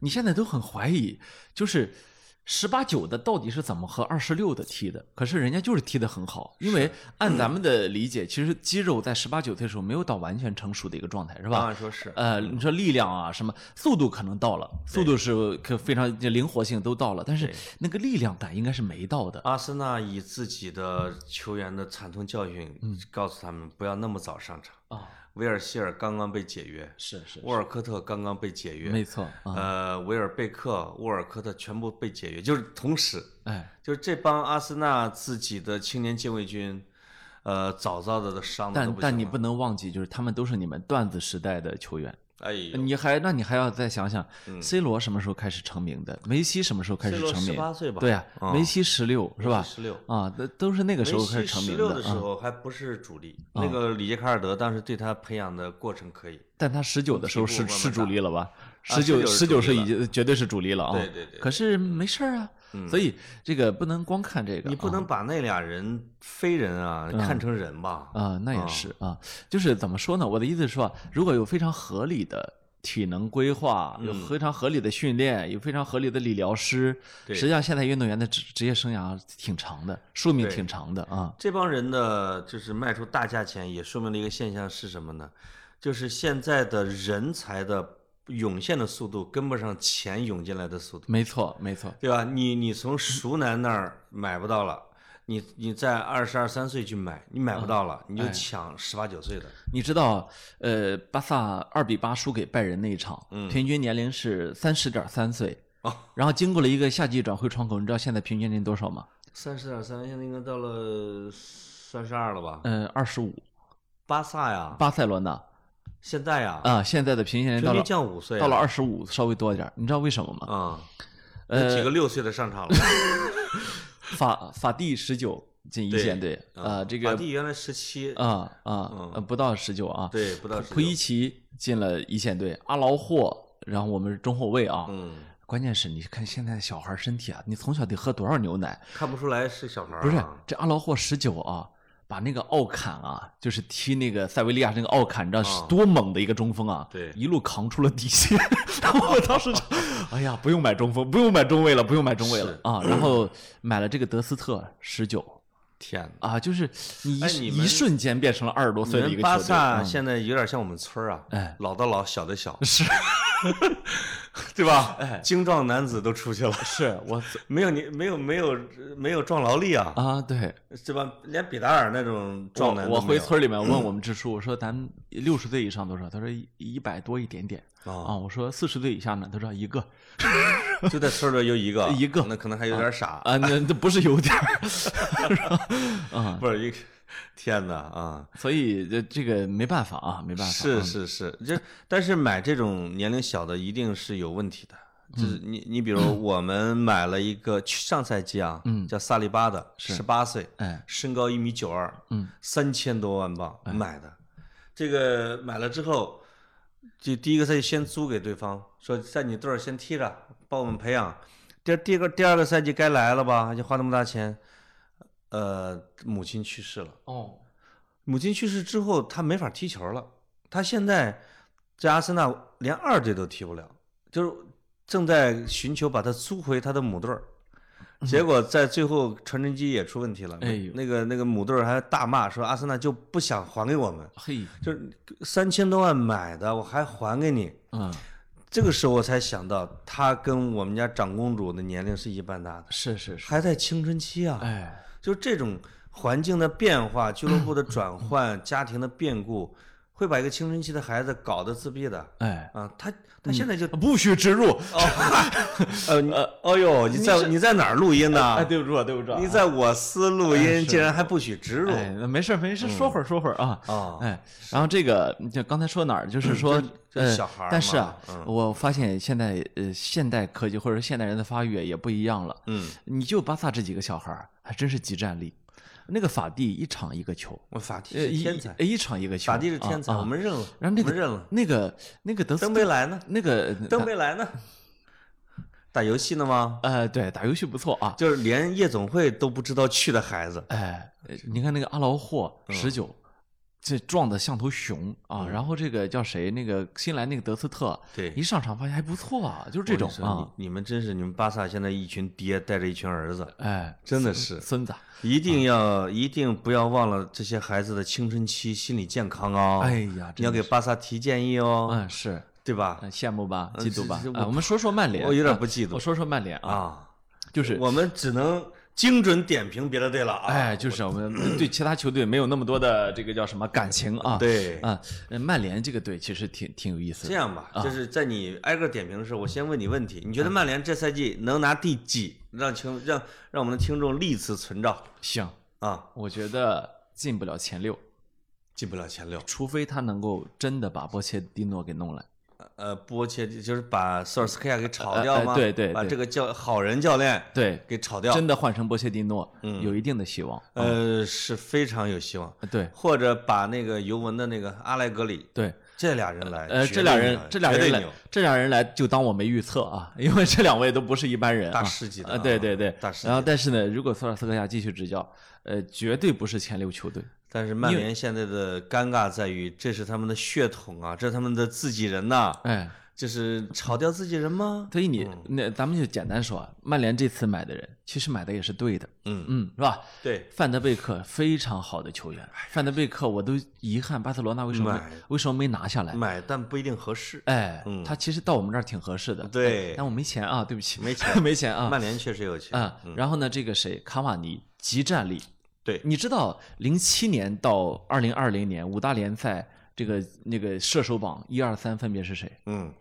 你现在都很怀疑，就是十八九的到底是怎么和二十六的踢的？可是人家就是踢得很好，因为按咱们的理解，其实肌肉在十八九岁的时候没有到完全成熟的一个状态，是
当
吧
然？说是嗯
呃，你说力量啊，什么速度可能到了，速度是可非常灵活性都到了，但是那个力量感应该是没到的。
阿森纳以自己的球员的惨痛教训，
嗯
告诉他们不要那么早上场。
啊，
威尔希尔刚刚被解约，
是是，
沃尔科特刚刚被解约，
没错啊，
呃，维尔贝克、沃尔科特全部被解约，就是同时，
哎，
就是这帮阿森纳自己的青年禁卫军，呃，早早的都伤的都
但
不行啊
但你
了
不能忘记，就是他们都是你们段子时代的球员。
哎呦，
你还那你还要再想想，C
嗯
罗什么时候开始成名的？梅西什么时候开始成
十
名？
八岁吧？
对呀、
啊
梅西十六是吧？
十六，
啊，都都是那个
那
时候开始成
十
名
六的时
啊。
候还不是主力，那个里杰卡尔德当时对他培养的过程可以，
但他十九的时候
进
是
步慢慢
是主力了吧？
啊
十九十
19
九
是
是
主力
已
了
经绝对是主力了啊。
对对对
可是没事儿啊，所以这个不能光看这个啊。
嗯
嗯
你不能把那俩人非人啊看成人吧？
啊，那
嗯
也是啊，就是怎么说呢？我的意思是说，如果有非常合理的体能规划，有
嗯
非常合理的训练，有非常合理的理疗师，
对
实际上现在运动员的职职业生涯挺长的，寿命
对
挺长的啊。
这帮人的就是卖出大价钱，也说明了一个现象是什么呢？就是现在的人才的涌现的速度跟不上钱涌进来的速度，
没错，没错，
对吧？你你从熟男那儿买不到了，你你在二十二三岁去买，你
嗯
买不到了，
哎
你就抢十八九岁的。
你知道，呃，巴萨二比八输给拜仁那一场，平均年龄是三十点三岁。
嗯哦
然后经过了一个夏季转会窗口，你知道现在平均年龄多少吗？
三十点三，现在应该到了三十二了吧？
呃，二十五。
巴萨呀，
巴塞罗那
现在呀，
啊，现在的平均年龄
平
到
均
了
降五岁啊，
到了二十五，稍微多一点儿，你知道为什么吗？
啊，
呃
有几个六岁的上场 了，啊
法法蒂十九进一
对
线队，啊，这
法
个
蒂原来十七，
啊啊
嗯
呃不到十九啊，
对，不到十
普伊奇进了一线队，阿劳霍，然后我们中后卫啊，
嗯，
关键是你看现在小孩儿身体啊，你从小得喝多少牛奶？
看不出来是小孩儿啊，
不是这阿劳霍十九啊，把那个奥坎啊，就是踢那个塞维利亚那个奥坎，你知道是
啊
多猛的一个中锋啊，
对
一路扛出了底线。 然后我当时就，哎呀，不用买中锋，不用买中卫了，不用买中卫了
是
啊。然后买了这个德斯特十九
天哪！
啊，就是你一、
哎你们
一瞬间变成了二十多
你
岁的一
们
个
巴
球队。
萨
嗯
现在有点像我们村儿啊，
哎
老的老，小 的小，
是
对 吧？
哎
精壮男子都出去了，
是我
没有你，没有没有没有壮劳力啊，
啊，对，
对吧？连比达尔那种
我
壮男都
我
没
回
有
村里面问我们支书，我说咱们六十岁以上多少？他说一一百多一点点啊。
啊，
我说四十岁以下呢？他说一个
就在村儿里有一个
一个
那可能还有点傻，
啊，那那不是有点儿 啊，
不是一个，天哪啊！
所以这这个没办法啊，没办法。
是
嗯
是是，这但是买这种年龄小的一定是有问题的。就是
嗯
你你比如我们买了一个去上赛季啊，
嗯
叫萨利巴的，十八岁，
哎，
身高一米九二，
嗯，
三千多万镑买的，这个买了之后，就第一个赛季先租给对方，说在你队儿先踢着，帮我们培养。第二第二个第二个赛季该来了吧，就花那么大钱，呃，母亲去世了。
哦，
母亲去世之后，他没法踢球了。他现在在阿森纳连二队都踢不了，就是正在寻求把他租回他的母队儿。 结果在最后传真机也出问题了，
嗯哎呦
那个那个母队儿还大骂说阿森纳就不想还给我们，
嘿，
就是三千多万买的，我还还给你。
嗯，
这个时候我才想到，他跟我们家长公主的年龄是一般大的，
是是是，
还在青春期啊。
哎，
就这种环境的变化、俱乐 部的转换、家庭的变故，会把一个青春期的孩子搞得自闭的。
哎，
啊，他他现在就、
不许植入。
呃你哦呦，你在你在哪儿录音呢？
哎，对不住啊，对不住啊。
你在我司录
哎
音，
是
竟然还不许植入
哎，那没事儿没事儿，说会儿说会儿啊。
啊！
哎，然后这个就刚才说哪儿，就是说，
这这
呃
小孩儿
但是啊，
嘛嗯
我发现现在呃，现代科技或者现代人的发育也不一样了。
嗯，
你就巴萨这几个小孩儿，还真是集战力。那个法蒂一场一个球，
我法蒂
呃，
是
一
天才，
一场一个球，
法蒂是天才，
啊啊
我们认了，
然后那
我们认
个
了。
那个那个德斯
登
特
贝莱呢？
那个
登贝莱 呢？打游戏呢吗？
呃，对，打游戏不错啊。
就是连夜总会都不知道去的孩子，
哎，呃你看那个阿劳霍
嗯
十九，这撞的像头熊啊。然后这个叫谁？那个新来那个德斯特，
对
一上场发现还不错啊，就是这种
我跟你说
啊。
你你们真是你们巴萨现在一群爹带着一群儿子，
哎，
真的是
孙子，
一
啊
定要一定不要忘了这些孩子的青春期心理健康哦。
哎呀，
你要
真的
给
是
巴萨提建议哦，
嗯是。
对吧？
嗯羡慕吧，
呃
嫉妒吧
这这。我
啊，我们说说曼联，
我有点
啊
不嫉妒
我说说曼联啊，
啊，
就是
我们只能精准点评别的队了啊。
哎，就是我们对其他球队没有那么多的这个叫什么感情啊。
对，
啊，呃曼联这个队其实挺挺有意思
这
的。
样吧，就是在你挨个点评的时候，我先问你问题，你觉
嗯
得曼联这赛季能拿第几？让听让让我们的听众历此存照
行，
啊，
我觉得进不了前六，
进不了前六。
除非他能够真的把波切蒂诺给弄来。
呃，波切就是把索尔斯克亚给炒掉吗？
呃对对
把
对
这个教好人教练
对，
给炒掉，
真的换成波切蒂诺，
嗯
有一定的希望。啊
呃是非常有希望。
对
或者把那个尤文的那个阿莱格里
对，
这俩人来，
呃，
哎
这
绝对
俩
牛
人，这俩
绝
人
对
来啊
牛，
这俩人来就当我没预测啊，因为这两位都不是一般人啊，
大师级的
啊，对
啊
对对，
大师级
然后但是呢，如果索尔斯克亚继续执教，呃，绝对不是前六球队。
但是曼联现在的尴尬在于，这是他们的血统啊，这是他们的自己人呐、
哎，
就是炒掉自己人吗？嗯
所以你那咱们就简单说，啊，曼联这次买的人，其实买的也是对的，
嗯，
嗯，是吧？
对，
范德贝克非常好的球员，范德贝克我都遗憾巴塞罗那为什么
哎买
没为什么没拿下来？
买但不一定合适。
哎
嗯，
他其实到我们这儿挺合适的，
对
哎但我没钱啊，对不起，
没钱
没钱啊，
曼联确实有钱，嗯
啊，然后呢，这个谁，卡瓦尼集战力，
对，
你知道零七年到二零二零年五大联赛这个那个射手榜一二三分别是谁？
嗯，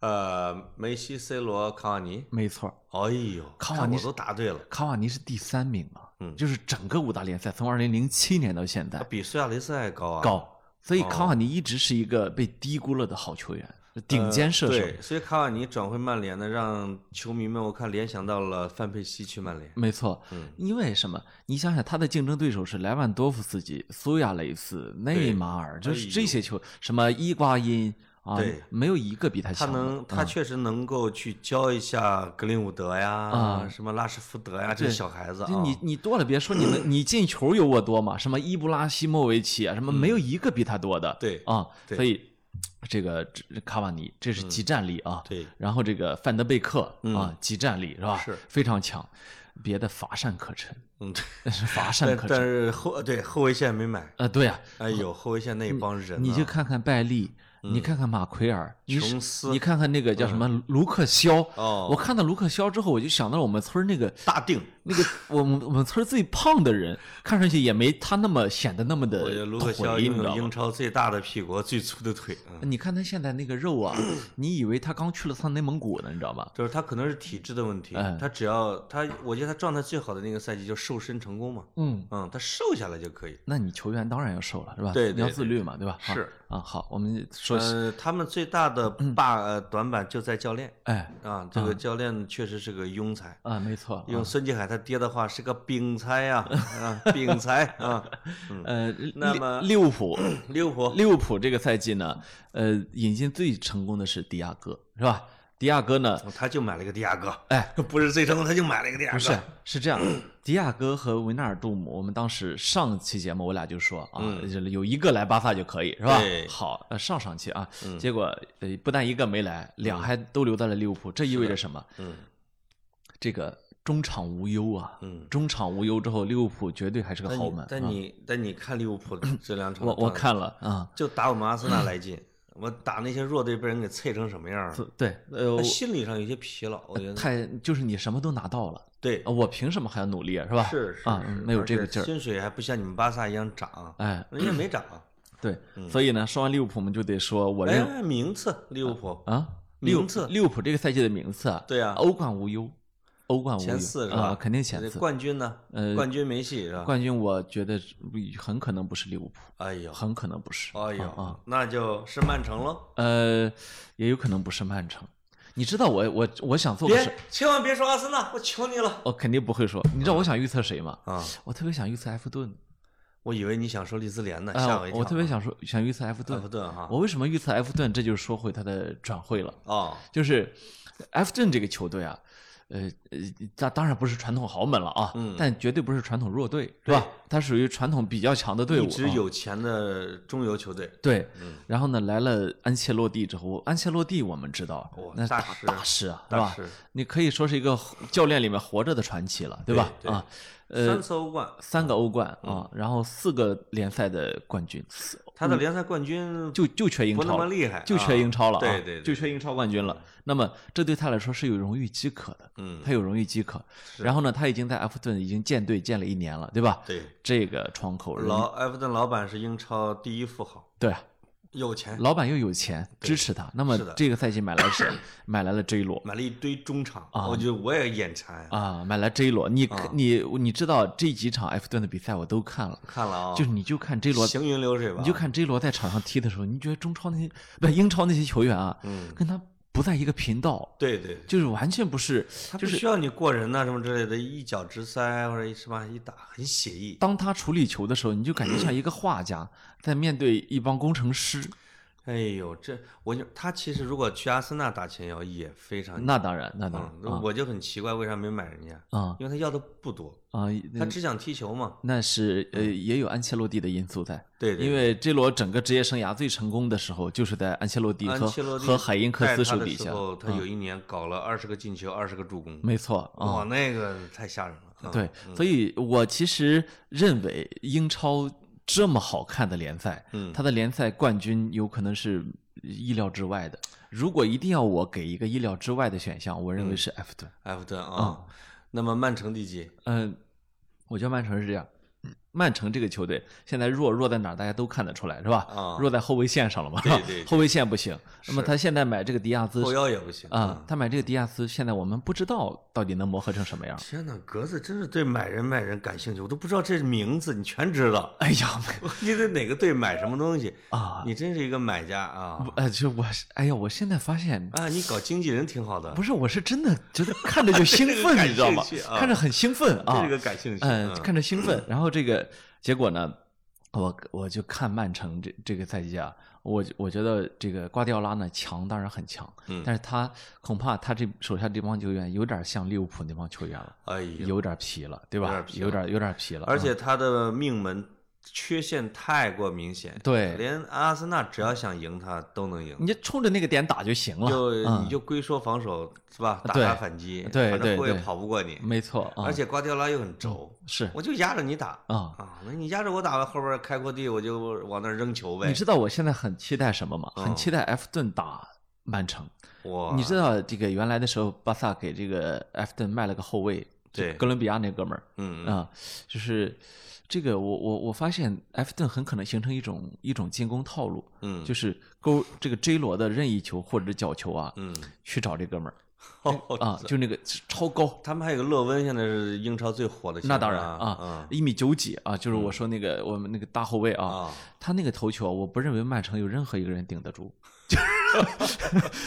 呃，梅西、C 罗、卡瓦尼，
没错，
哎呦，
卡瓦
看
尼
我
是
都答对了，
卡瓦尼是第三名啊，
嗯
就是整个五大联赛从二零零七年到现
他
在
比苏亚雷斯还高啊，
哎高所以康瓦尼一直是一个被低估了的好球员，顶尖射手。
呃对，所以卡瓦尼转会曼联呢，让球迷们我看联想到了范佩西去曼联。
没错，
嗯
因为什么？你想想，他的竞争对手是莱万多夫斯基、苏亚雷斯、内马尔，就是这些球，什么伊瓜因啊
哎对，
没有一个比他
他
强的。嗯
能，他确实能够去教一下格林伍德呀，什么拉什福德呀，这
嗯
些
对
小孩子啊。
就你你多了别说，你 们你进球有我多吗？什么伊布拉希莫维奇啊，什么没有一个比他多的。
嗯对
啊，
对嗯
所以这个这这卡瓦尼这是集战力啊。
对
然后这个范德贝克啊，集战力是吧？
嗯是
非常强，别的乏善可陈，
嗯，
但 是乏善
但
可
但
陈。
是后对后卫线没买，
啊，对呀，
哎呦，后卫线那帮人啊，嗯
你就看看拜利，你看看马奎尔，你
琼
是
斯嗯
你看看那个叫什么卢克肖。
哦
我看到卢克肖之后，我就想到了我们村儿那个
大定，
那 个我们我们村儿最胖的人，看上去也没他那么显得那么的
我觉得卢克肖
腿，你
拥
知道
有
吗
英？超最大的屁股，最粗的腿，嗯，
你看他现在那个肉 啊，你以为他刚去了趟内蒙古呢，你知道吗？
就是他可能是体质的问题
嗯，
他只要他，我觉得他状态最好的那个赛季就瘦身成功嘛，
嗯，
嗯，他瘦下来就可以。
那你球员当然要瘦了，是吧？
对对
你要
对
自律嘛，对吧？啊
是
啊，好，我们说，嗯
呃，他们最大的霸呃短板就在教练
哎
啊，这个教练确实是个庸才。
啊，没错，
用孙继海他爹的话是个丙才 呀，啊，丙才啊。嗯，
呃，
那么
利利物 浦
利物浦
利物浦这个赛季呢，呃，引进最成功的是迪亚哥，是吧？迪亚哥呢，
哦他就买了个迪亚哥，
哎，
不是最成功，他就买了个迪亚哥。
不是，是这样，迪亚哥和维纳尔杜姆，我们当时上期节目我俩就说啊，有一个来巴萨就可以，是吧
嗯对？嗯
好，呃，上上期啊，结果呃不但一个没来，俩还都留在了利物浦，这意味着什么？
嗯，
这个中场无忧啊，
嗯
中场无忧之后，利物浦绝对还是个
但
豪
你
门。嗯啊
但你但你看利物浦这两场，
我我看了啊，
就打我们阿森纳来劲，我打那些弱队被人给啐成什么样了？
对，呃，
他
我
心理上有些疲劳，我觉得。
太就是你什么都拿到了，
对
啊，我凭什么还要努力啊，是吧？
是是
啊
是，
嗯没有
而
这
且
个劲儿。
薪水还不像你们巴萨一样 涨，
哎，
人家没涨。
对，
嗯
所以呢，说完利物浦，我们就得说，我认
哎，名次利物浦
啊，利物
哎名次
利物浦这个赛季的名次啊，
对啊
欧冠无忧，欧冠无忧
前四是吧
啊，肯定前
这
四。
冠军呢？
呃
冠军没戏是吧？
冠军我觉得很可能不是利物浦，
哎呦，
很可能不是，
哎
啊啊
呦，那就是曼城喽。
呃，也有可能不是曼城。你知道我我我想做个事
别，，千万别说阿森纳，我求你了。
我哦肯定不会说。你知道我想预测谁吗？
啊，
我特别想预测埃弗顿，
我以为你想说利兹联呢，
啊，
吓我一跳。
我特别想说想预测埃弗
埃
顿
弗。顿啊哈。
我为什么预测埃弗顿？这就是说回他的转会了。
哦，
就是埃弗顿这个球队啊，呃呃，当当然不是传统豪门了啊，
嗯
但绝对不是传统弱队，是吧？它属于传统比较强的队伍，
一支
啊
有嗯钱的中游球队。
对。然后呢，来了安切洛蒂之后，安切洛蒂我们知道
哇，
那是
大
大
师
大师啊，是
大
吧
师？
你可以说是一个教练里面活着的传奇了，对吧？
对对
啊，
三
呃，
次欧冠，
三个欧冠
嗯
啊，然后四个联赛的冠军，四
他的联赛冠军
嗯就就缺英
不那
超
么
了。
厉害，
就缺英超了、啊，
啊对对对
就缺英超冠军了。那么这对他来说是有荣誉饥渴的，
嗯
他有荣誉饥渴。然后呢，他已经在埃弗顿已经建队建了一年了，对吧？
对。
这个窗口人
老埃弗顿老板是英超第一富豪，
对啊，
有钱，
老板又有钱支持他，那么
是的
这个赛季买来谁？买来了 J 罗
买了一堆中场，我觉得我也眼馋呀。
啊，买来 J 罗。你可、
啊
你你知道这几场埃弗顿的比赛我都看了，
看了啊，
就是你就看 J 罗
行云流水吧，
你就看 J 罗在场上踢的时候，你觉得中超那些不是英超那些球员啊，跟他不在一个频道，
嗯对对，对
就是完全不是。
他不需要你过人呐、什么之类的，一脚直塞或者一什么一打，很写意。
当他处理球的时候，你就感觉像一个画家在面对一帮工程师。
哎呦，这我就他其实如果去阿森纳打前腰也非常，
那当然，啊那当
嗯，
然
那我就很奇怪为啥没买人家，
啊
因为他要的不多，
啊啊！
他只想踢球嘛。
那是呃，也有安切洛蒂的因素在。
对对
因为 J 罗整个职业生涯最成功的时候，就是在安切洛蒂
安
和
切洛蒂
和海因克斯
带他
手
的
底
时
下。嗯
候他有一年搞了二十个进球，二十个助攻，
没错啊，
哇，那个太吓人了。嗯，
对，所以我其实认为英超这么好看的联赛，
嗯
它的联赛冠军有可能是意料之外的。如果一定要我给一个意料之外的选项，我认为是埃弗顿。嗯
埃弗顿啊，那么曼城第几？
呃嗯，我觉得曼城是这样，曼城这个球队现在弱弱在哪儿，大家都看得出来，是吧？
啊
弱在后卫线上了嘛？
对对对
后卫线不行。那么
是
他现在买这个迪亚兹
后腰也不行嗯
啊，！他买这个迪亚兹，现在我们不知道到底能磨合成什么样。
天哪，格子真是对买人卖人感兴趣，我都不知道这名字，你全知道
。哎呀，
你得哪个队买什么东西
啊
你真是一个买家啊！
呃，就我是，哎呀，我现在发现
啊，你搞经纪人挺好的，
不是，我是真的觉得看着就兴
这个
奋，
感
你知道吗
兴趣？啊
看着很兴奋啊，
对这个感兴趣。
嗯，
嗯
看着兴奋。然后这个结果呢，我我就看曼城这这个赛季啊，我我觉得这个瓜迪奥拉呢强，当然很强，
嗯
但是他恐怕他这手下这帮球员有点像利物浦那帮球员了，
哎呦，
有点皮了，对吧
有点？皮了
有点有点皮了，
而
嗯
且他的命门缺陷太过明显，
对
连阿森纳只要想赢他都能赢
你，就冲着那个点打就行了，
就
嗯
你就龟缩防守是吧？打
对
打反击，
对
反
对
正后卫
对
跑不过你，
没错，嗯
而且瓜迪奥拉又很轴，
是
我就压着你打
啊。
啊，那你压着我打，后边开阔地我就往那儿扔球呗
你。知道我现在很期待什么吗？很
嗯
期待埃弗顿打曼城。
哇，
你知道这个原来的时候，巴萨给这个埃弗顿卖了个后卫，就
对
哥伦比亚那哥们儿
嗯嗯
啊，就是这个我我我发现埃弗顿很可能形成一种一种进攻套路，
嗯，
就是勾这个 J 罗的任意球或者是角球啊，
嗯，
去找这哥们儿
哦
啊，就那个超高，
他们还有个勒温，现在是英超最火的球员，
那当然
啊
啊，一米九几啊，就是我说那个我们那个大后卫啊，
嗯啊，
他那个头球啊，我不认为曼城有任何一个人顶得 住。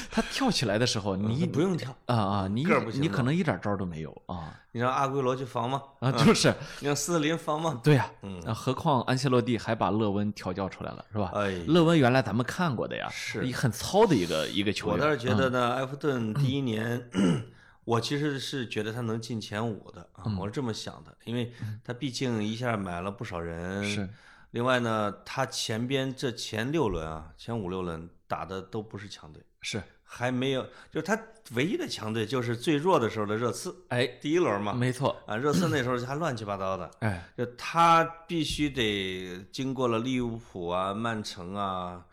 他跳起来的时候，你
你嗯不用跳，
啊啊，你
个儿不行
你
吗
可能一点招儿都没有啊
你让阿圭罗去防吗？
啊，就是
你让斯特林防吗？
对呀、
嗯
啊，何况安切洛蒂还把勒温调教出来了，是吧？
哎
勒温原来咱们看过的呀，
是
一很糙的一个一个球员。
我倒是觉
嗯
得呢，埃弗顿第一年， 我其实是觉得他能进前五的啊，
嗯
我是这么想的，因为他毕竟一下买了不少人。
是。
另外呢，他前边这前六轮啊，前五六轮打的都不是强队，
是，
还没有，就是他唯一的强队就是最弱的时候的热刺，
哎，
第一轮嘛。
没错，
啊，热刺那时候还乱七八糟的，
哎，
就他必须得经过了利物浦啊、曼城啊，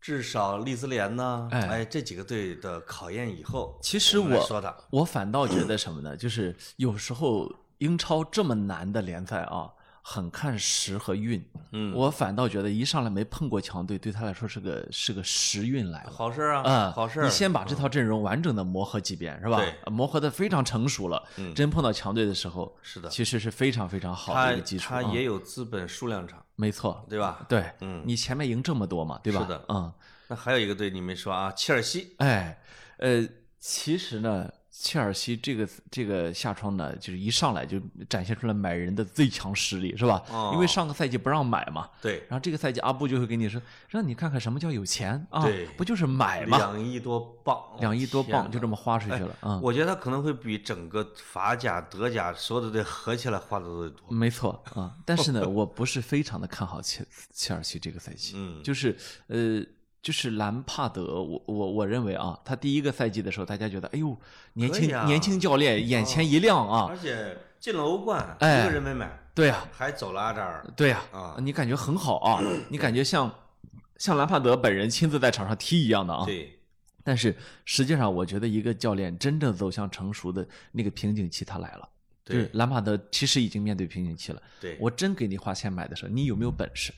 至少利兹联呐、
哎
这几个队的考验以后，
其实
我们来
我
说他，
我反倒觉得什么呢？就是有时候英超这么难的联赛啊，很看时和运。
嗯
我反倒觉得一上来没碰过强队，对他来说是个是个时运来了。
好事儿啊，
啊，
好事儿。嗯
你先把这套阵容完整的磨合几遍，是吧
对？
磨合的非常成熟了，
嗯
真碰到强队的时候，
是的，
其实是非常非常好的一个基础。
他他
嗯
也有资本数量场，
没错，
对吧？
对，
嗯
你前面赢这么多嘛，对吧？
是的
嗯，
那还有一个队你没说啊，切尔西，
哎，呃，其实呢，切尔西这个这个下窗呢，就是一上来就展现出了买人的最强实力，是吧？
哦
因为上个赛季不让买嘛。
对，
然后这个赛季阿布就会给你说，让你看看什么叫有钱啊
对，
不就是买嘛，
两亿多镑，
两亿多
天哎
镑就这么花出去了啊、嗯
我觉得他可能会比整个法甲、德甲所有的队合起来花的都得多。
没错啊、但是呢，我不是非常的看好切切尔西这个赛季，
嗯，
就是呃，就是兰帕德，我我我认为啊，他第一个赛季的时候，大家觉得哎呦，年
可以
轻、
啊哦
年轻教练眼前一亮啊，
而且进了欧冠，
哎
一个人没买，
对呀、
还走了阿扎尔。
对呀、
啊
你感觉很好啊，你感觉像像兰帕德本人亲自在场上踢一样的啊，
对，
但是实际上，我觉得一个教练真正走向成熟的那个瓶颈期，他来了。
对
就是兰帕德其实已经面对瓶颈期了。
对，
我真给你花钱买的时候，你有没有本事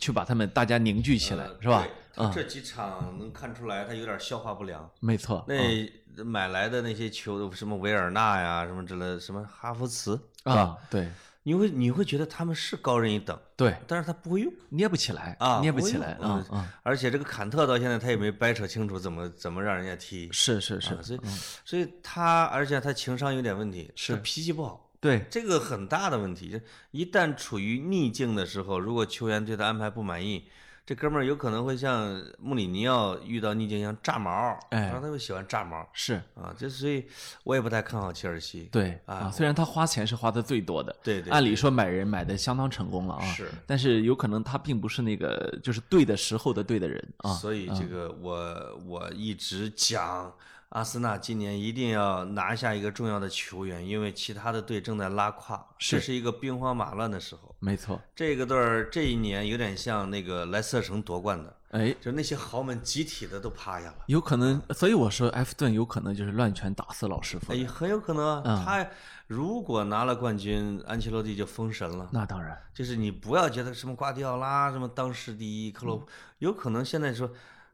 去把他们大家凝聚起来，
呃
是吧
对？他
啊、
这几场能看出来他有点消化不良。
没错。嗯
那买来的那些球，什么维尔纳呀，什么之类的，什么哈弗茨，
啊，对
你会你会觉得他们是高人一等，
对，
但是他不会用。
捏不起来
啊
捏不
我
起
有
来
嗯
啊啊！
而且这个坎特到现在他也没掰扯清楚怎么怎么让人家踢，
是是是嗯
啊，所以所以他而且他情商有点问题，
是
他脾气不好，
对
这个很大的问题，就一旦处于逆境的时候，如果球员对他安排不满意，这哥们儿有可能会像穆里尼奥遇到逆境一样炸毛，
哎
然后他会喜欢炸毛
是，
啊，这所以我也不太看好切尔西。
对
啊
啊。虽然他花钱是花的最多的，
对对
按理说买人买的相当成功了啊，
是，
但是有可能他并不是那个啊就是对的时候的对的人啊。
所以这个我我一直讲阿森纳今年一定要拿下一个重要的球员，因为其他的队正在拉胯，
是
这是一个兵荒马乱的时候。
没错，
这个队儿这一年有点像那个莱斯特城夺冠的，
哎，
就那些豪门集体的都趴下了。
有可能，所以我说埃弗顿有可能就是乱拳打死老师傅
哎
的，，
很有可能
嗯
啊，他如果拿了冠军，安切洛蒂就封神了。
那当然，
就是你不要觉得什么瓜迪奥拉什么当世第一，克洛普，有可能现在说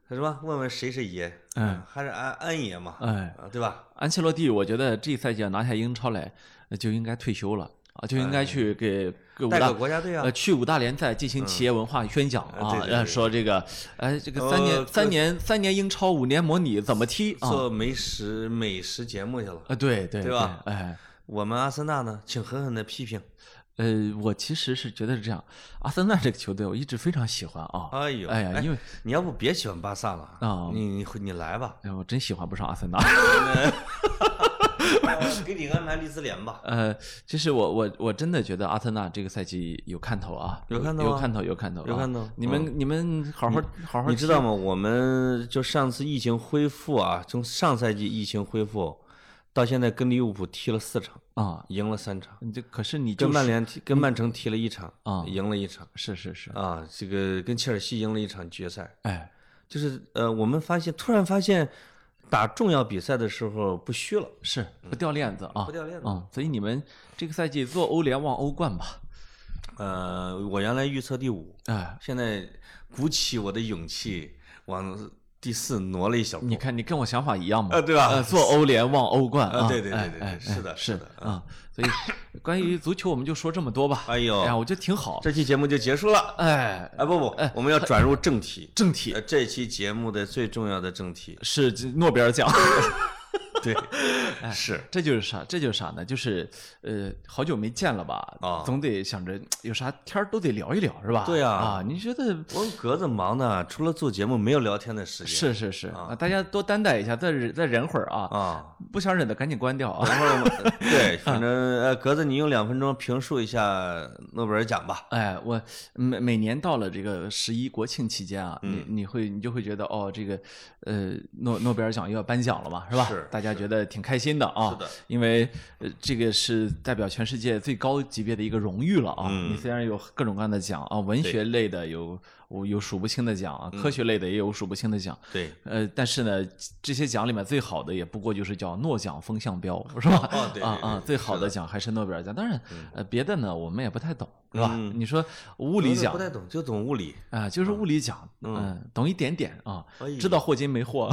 什么问问谁是爷，
嗯，
还是安安爷嘛，
哎，
啊，对吧？
安切洛蒂，我觉得这一赛季要拿下英超来，呃就应该退休了啊，就应该去给给五
带
大
个国家队啊
呃，，去五大联赛进行企业文化宣讲
嗯
啊
对，对
呃
对
说这个，哎，这个
呃
三年
这
三年三年英超，五年模拟怎么踢啊？
做美食美食节目去了。
啊，对对
对吧？
哎，
我们阿森纳呢，请狠狠的批评。
呃，我其实是觉得是这样，阿森纳这个球队我一直非常喜欢啊，
哎呦，
哎呀，因为
你要不别喜欢巴萨了
啊
你你你 来吧，
哎我真喜欢不上阿森纳。
呃给你安排利兹联吧。
呃，其实我我我真的觉得阿森纳这个赛季有看头啊，
有看头
有
啊
看头，有看头啊，
有看头嗯
你们你们好好好好，
你知道？吗？我们就上次疫情恢复啊，从上赛季疫情恢复到现在，跟利物浦踢了四场，
啊，
赢了三场；
你这可是你就
跟曼
是
联踢，跟曼城踢了一场，
啊
赢了一场
是是是，
啊。这个跟切尔西赢了一场决赛，
哎，
就是呃，我们发现突然发现，打重要比赛的时候不虚了，
是不掉链子啊，
嗯不掉链子
啊，所以你们这个赛季做欧联望欧冠吧，
呃，我原来预测第五，
哎，
现在鼓起我的勇气往第四挪了一小步
你，看你跟我想法一样嘛，
呃对吧
呃，做欧联望欧冠
啊
啊，
对对对
哎
对
哎
对是的
哎
是
是
的
啊，所以关于足球我们就说这么多吧，
哎呦
哎呀，我觉得挺好，
这期节目就结束了。
哎，
哎，不不，我们要转入正题。
正题，
呃，这期节目的最重要的正题
是诺贝尔奖。
对，是
这就是啥？这就是啥呢？就是呃，好久没见了吧？
啊
总得想着有啥天儿都得聊一聊，是吧？
对啊
啊，你觉得
我们格子忙呢，除了做节目，没有聊天的时间。
是是是啊，大家多担待一下，再忍再忍会儿啊，
啊，
不想忍的赶紧关掉啊。
然后 对，反正呃，格子，你用两分钟评述一下诺贝尔奖吧。
哎，我每每年到了这个十一国庆期间啊，
嗯
你你会你就会觉得哦，这个呃诺诺贝尔奖又要颁奖了嘛，是吧？
是
大家觉得挺开心的啊。
是的，
因为呃这个是代表全世界最高级别的一个荣誉了啊。
嗯
你虽然有各种各样的奖啊，文学类的有我有数不清的奖
嗯
啊，科学类的也有数不清的奖。
对，
呃，但是呢，这些奖里面最好的也不过就是叫诺奖风向标，是吧？
哦对对
啊
对
啊
对，
最好的奖还是诺贝尔奖。当然，呃，别的呢我们也不太懂，是吧？
嗯
你说物理
格子
奖
不太懂，就懂 物理。
啊、就是物理奖，嗯、懂一点点啊，
哎嗯
知道霍金没霍。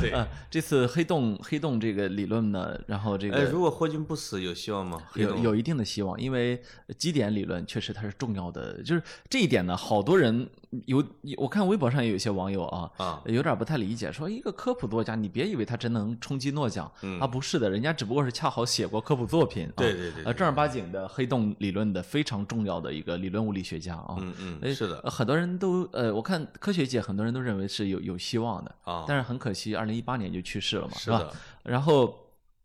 对
呃，这次黑洞黑洞这个理论呢，然后这
哎，
个
如果霍金不死，有希望吗？黑
有
洞
有一定的希望，因为基点理论确实它是重要的，就是这一点呢，好多人有我看微博上也有一些网友啊。
啊，
有点不太理解，说一个科普作家，你别以为他真能冲击诺奖，
嗯
啊，不是的，人家只不过是恰好写过科普作品，啊、
对对对
呃，
对
正儿八经的黑洞理论的非常重要的一个理论物理学家啊，
嗯嗯，
哎
是的
呃很多人都呃，我看科学界很多人都认为是有有希望的，
啊，
呃但是很可惜，二零一八年就去世了嘛，
是
吧
的？，
然后，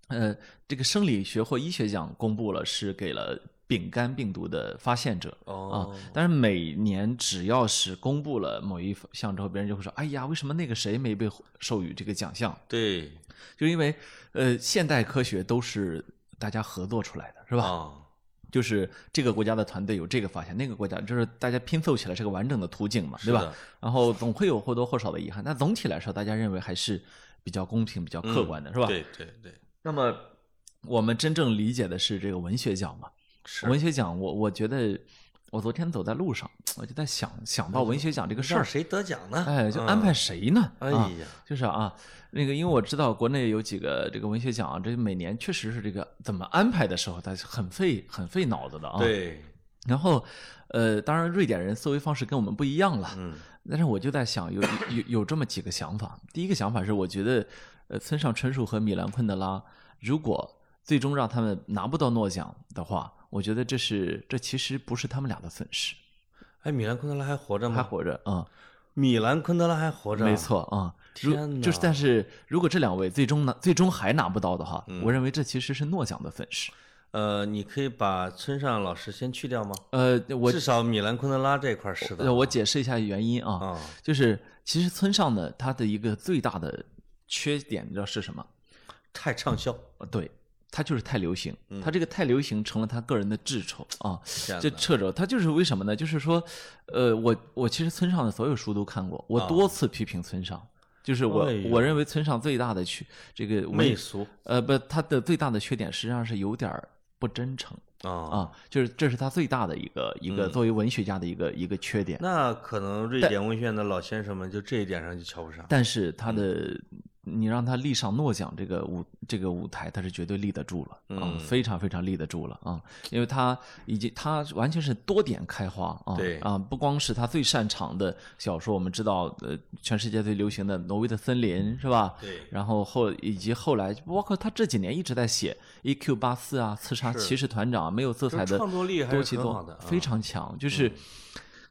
呃，这个生理学或医学奖公布了，是给了丙肝病毒的发现者。啊
哦，，
但是每年只要是公布了某一项之后，别人就会说：“哎呀，为什么那个谁没被授予这个奖项
对，？”
就因为，呃，现代科学都是大家合作出来的，是吧？
啊，
就是这个国家的团队有这个发现，那个国家就是大家拼凑起来是个完整的途径嘛，
是
对吧
的？
然后总会有或多或少的遗憾，但总体来说，大家认为还是比较公平、比较客观的，是吧？
嗯对对对，
那么我们真正理解的是这个文学奖嘛？
是
文学奖我，我觉得我昨天走在路上，我就在想想到文学奖这个事
让
儿，
嗯啊谁得奖呢？
哎，就
嗯
安排。谁呢？
哎
啊
呀，
就是啊，那个，因为我知道国内有几个这个文学奖啊，这每年确实是这个怎么安排的时候，它是很费很费脑子的啊。，
对，
然后，呃，当然瑞典人思维方式跟我们不一样了，
嗯
但是我就在想，有有有这么几个想法。第一个想法是，我觉得，呃，村上春树和米兰昆德拉，如果最终让他们拿不到诺奖的话，我觉得这是这其实不是他们俩的损失，
哎，米兰昆德拉还活着吗？
还活着啊、
米兰昆德拉还活着，
没，错啊。如
天
就是，
哪
但是如果这两位最终拿最终还拿不到的话，
嗯
我认为这其实是诺奖的损失。
呃，你可以把村上老师先去掉吗？
呃，我
至少米兰昆德拉这块儿是的
呃我解释一下原因啊。
啊，
就是其实村上呢，他的一个最大的缺点，你知道是什么？
太畅销，
呃对，它就是太流行，
嗯
它这个太流行成了他个人的志仇啊，
天
这
哪
掣肘。他就是为什么呢？就是说，呃，我我其实村上的所有书都看过，我多次批评村上，就是我、
啊哎呦
我认为村上最大的缺这个文
媚俗
呃不，他的最大的缺点实际上是有点儿不真诚
啊。嗯
啊，就是这是他最大的一个一个作为文学家的一个一个缺点。
那可能瑞典文学院的老先生们就这一点上就瞧不上。
但是他
嗯
的，你让他立上诺奖这个舞这个舞台，他是绝对立得住了啊、
嗯
非常非常立得住了啊、因为他已经他完全是多点开花啊，
对
啊，不光是他最擅长的小说，我们知道呃，全世界最流行的《挪威的森林》是吧？
对
然后后以及后来，包括他这几年一直在写《一 Q 八四》啊，《刺杀
是
骑士团长》没有色彩
就
的
创作力还是
多奇
很
多
好的啊
非常强，就是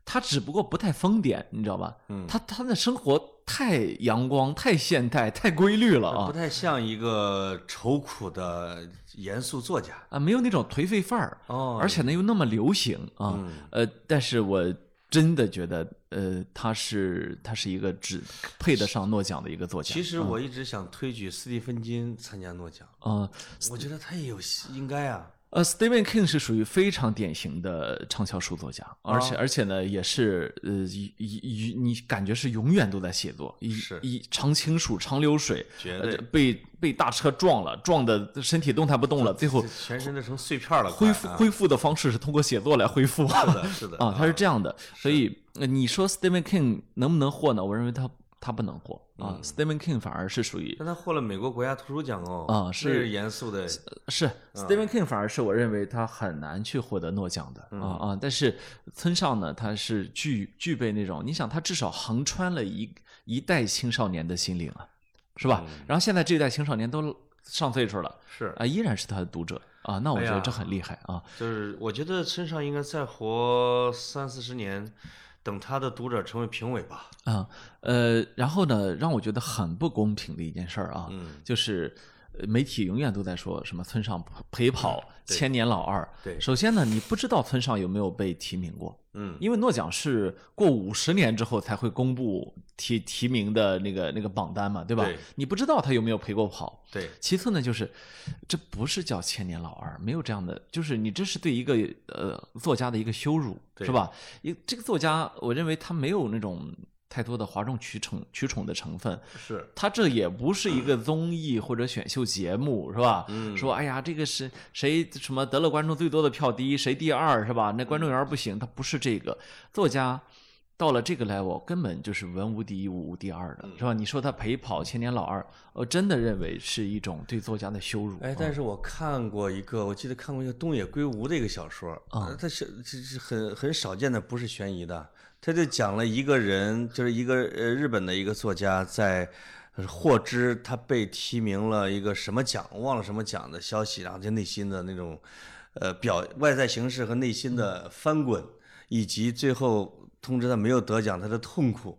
他只不过不太疯癫，你知道吧？
嗯
他他的生活太阳光、太现代、太规律了
不
啊
太像一个愁苦的严肃作家
啊，没有那种颓废范儿，
哦嗯
而且呢又那么流行啊，呃，但是我。真的觉得，呃，他是他是一个只配得上诺奖的一个作家。
其实我一直想推举斯蒂芬金参加诺奖，
啊，
我觉得他也有戏应该啊。
呃，Stephen King 是属于非常典型的畅销书作家，而
啊
且、而且呢，也是呃，一一一你感觉是永远都在写作，一
是
一常青树长流水，
绝
呃
对
这被被大车撞了，撞的身体动弹不动了，最后
这全身都成碎片了，
恢复
快啊
恢复的方式是通过写作来恢复，
是 的，嗯是的
啊，他是这样的，所以呃你说 Stephen King 能不能获呢？我认为他他不能获
嗯
啊、s t e p h e n King 反而是属于
但他获了美国国家图书奖哦，
啊
那
是呃
严肃的，
是
嗯
Stephen King 反而是我认为他很难去获得诺奖的
嗯
啊啊！但是村上呢，他是具具备那种，你想他至少横穿了一一代青少年的心灵啊，是吧？
嗯
然后现在这一代青少年都上岁数了
是
啊，依然是他的读者啊，那我觉
哎
得
呀
这很厉害啊！
就是我觉得村上应该再活三四十年，等他的读者成为评委吧。
啊，呃，然后呢，让我觉得很不公平的一件事儿啊，
嗯
就是呃媒体永远都在说什么村上陪跑
嗯对
千年老二。
对
首先呢，你不知道村上有没有被提名过，
嗯，
因为诺奖是过五十年之后才会公布提提名的那个那个榜单嘛，对吧？
对
你不知道他有没有陪过跑。
对，
其次呢，就是这不是叫千年老二，没有这样的，就是你这是对一个呃作家的一个羞辱，
对
是吧？一这个作家，我认为他没有那种太多的哗众取宠取宠的成分，
是
他这也不是一个综艺或者选秀节目，是吧？
嗯
说哎呀，这个是谁什么得了观众最多的票第一，谁第二，是吧？那观众缘不行，他不是这个作家。到了这个 level，根本就是文无第一，武无第二
嗯
的，是吧？你说他陪跑千年老二，我真的认为是一种对作家的羞辱。
哎，
啊
但是我看过一个，我记得看过一个东野圭吾的一个小说，
啊
呃它是这是很很少见的，不是悬疑的，他就讲了一个人，就是一个呃日本的一个作家在。呃获知他被提名了一个什么奖，忘了什么奖的消息，然后他内心的那种，呃，表外在形式和内心的翻滚，以及最后通知他没有得奖，他的痛苦。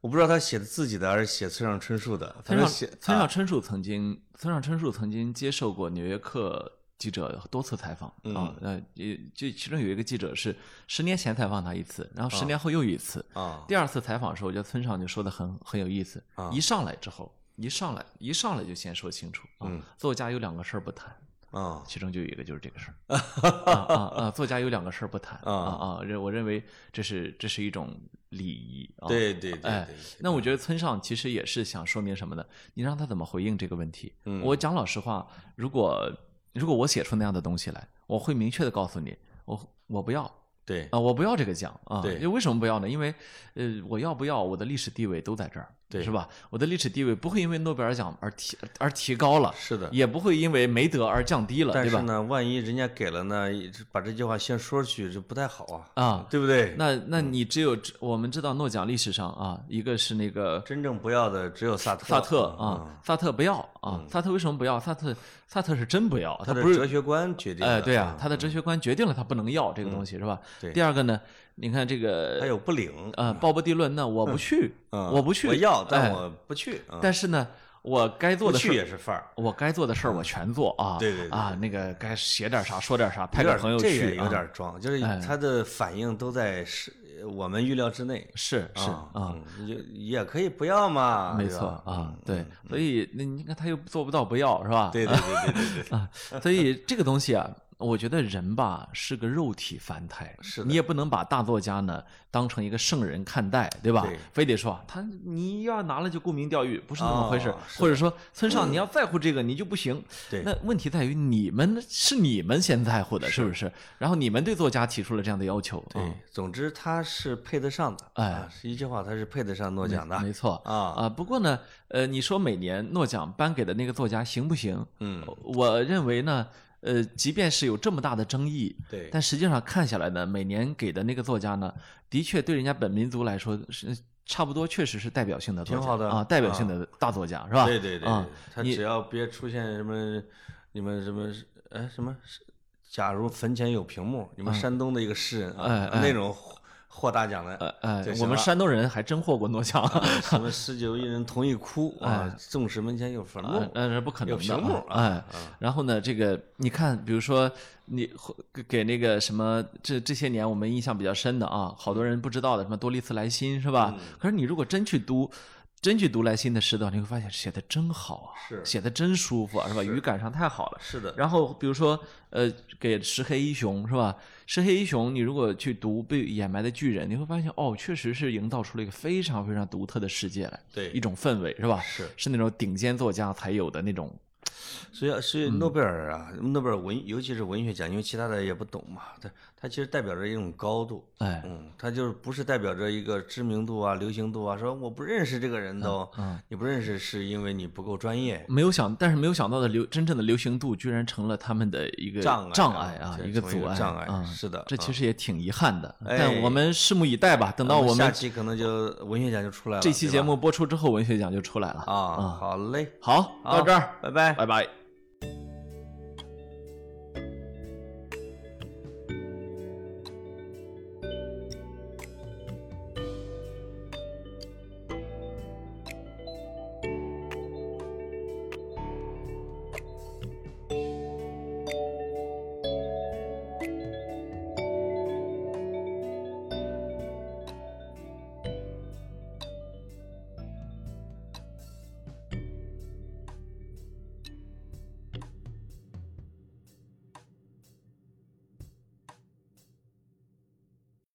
我不知道他写的自己的还是写村上春树的，反
村上
正写
村
啊
上春树曾经，村上春树曾经接受过《纽约客》记者多次采访
嗯
啊，呃，也这其中有一个记者是十年前采访他一次，然后十年后又一次。
啊，
第二次采访的时候，我觉得村上就说的很很有意思
啊，
一上来之后，一上来一上来就先说清楚啊
嗯，
作家有两个事儿不谈，
啊，
其中就有一个就是这个事 儿啊啊啊！作家有两个事儿不谈
啊
啊啊，认我认为这是这是一种礼仪啊。
对对对
哎
对，
那我觉得村上其实也是想说明什么呢？你让他怎么回应这个问题？
嗯
我讲老实话，如果如果我写出那样的东西来，我会明确的告诉你，我我不要啊、
对
我不要这个奖啊。
对
因为为什么不要呢？因为呃，我要不要我的历史地位都在这儿，
对
是吧？我的历史地位不会因为诺贝尔奖而提而提高了，
是的。
也不会因为没得而降低了，
但
对
是
吧？
呢，万一人家给了呢，这把这句话先说出去，这不太好啊，
啊，
对不对？
那那你只有知我们知道诺奖历史上啊，一个是那个
真正不要的只有萨特。
萨特
嗯
啊，萨特不要啊，萨特为什么不要？萨特萨特是真不要，
他
他
的
不
哲
是
学观决定的。嗯
哎对啊，，他的哲学观决定了他不能要这个东西是吧？
对
第二个呢，你看这
他
个
有不领，
呃鲍勃迪伦呢，我不去，
嗯
我不去，
我要，
哎
但我不去，嗯
但是呢，我该做
不
的
去
事
也
儿。
是范儿。
我该做的事儿我全做啊，
对对对
啊，那个该写点啥说点啥，派
有
个
点
朋友啊哎
这也
去，
有点装，就是他的反应都在是呃我们预料之内。
是是
啊
啊，，
嗯也也可以不要嘛，
没
对吧
错
嗯
啊，对，所以那你看他又做不到不要是吧？
对对对对对 对，
啊，所以这个东西啊，我觉得人吧是个肉体凡胎，
是的
你也不能把大作家呢当成一个圣人看待，对吧？
对
非得说他你要拿了就沽名钓誉，不是那么回事。
哦是的嗯
或者说村上你要在乎这个你就不行。
对
那问题在于你们是你们先在乎的，是不是？然后你们对作家提出了这样的要求，
对
嗯，
总之他是配得上的，
哎
啊，是一句话，他是配得上诺奖的
没错
啊，
啊，不过呢，呃，你说每年诺奖颁给的那个作家行不行？
嗯，
我认为呢，呃，即便是有这么大的争议，
对，
但实际上看下来呢，每年给的那个作家呢，的确对人家本民族来说是呃差不多，确实是代表性的作家
挺好的
啊，代表性的大作家、是吧？
对对对
啊
对，，他只要别出现什么你们什么哎什么，假如坟前有屏幕，你们山东的一个诗人
嗯哎
啊，
哎
那种获获大奖
呃
的，
呃
就，行
我们
了啊
山东人还真获过诺奖，
什么诗酒一人同一 窟
哎
啊，纵使门前有坟
呃
墓，，
那是不可能
有
的。
屏幕
啊
啊
哎，然后呢，这个你看，比如说你会给给那个什么，这这些年我们印象比较深的啊，好多人不知道的，什么多利茨莱辛是
嗯
吧？可是你如果真去读。真去读莱辛的诗的话，你会发现写的真好啊，
是
写的真舒服啊，是吧？
是
语感上太好了。
是的，
然后比如说，呃，给石黑一雄是吧？石黑一雄，你如果去读《被掩埋的巨人》，你会发现哦，确实是营造出了一个非常非常独特的世界来，
对
一种氛围是吧？
是
是那种顶尖作家才有的那种，
所以，所以
嗯
诺贝尔啊，诺贝尔文，尤其是文学奖，因为其他的也不懂嘛，它它其实代表着一种高度，
哎，
嗯，它就是不是代表着一个知名度啊、流行度啊，说我不认识这个
嗯
人都，你不认识是因为你不够专业，
没有想，但是没有想到的流真正的流行度，居然成了他们的一个
障碍啊
碍啊，
对
一个
成为一
阻
个
碍，
障碍
啊
是的
这其
啊
实也挺遗憾的，
哎
但我们拭目以待吧。等到我
下
们
期可能就文学奖就出来了，
这期
对吧
节目播出之后，文学奖就出来了
啊，好嘞，
好，到这儿，
拜拜。
拜拜。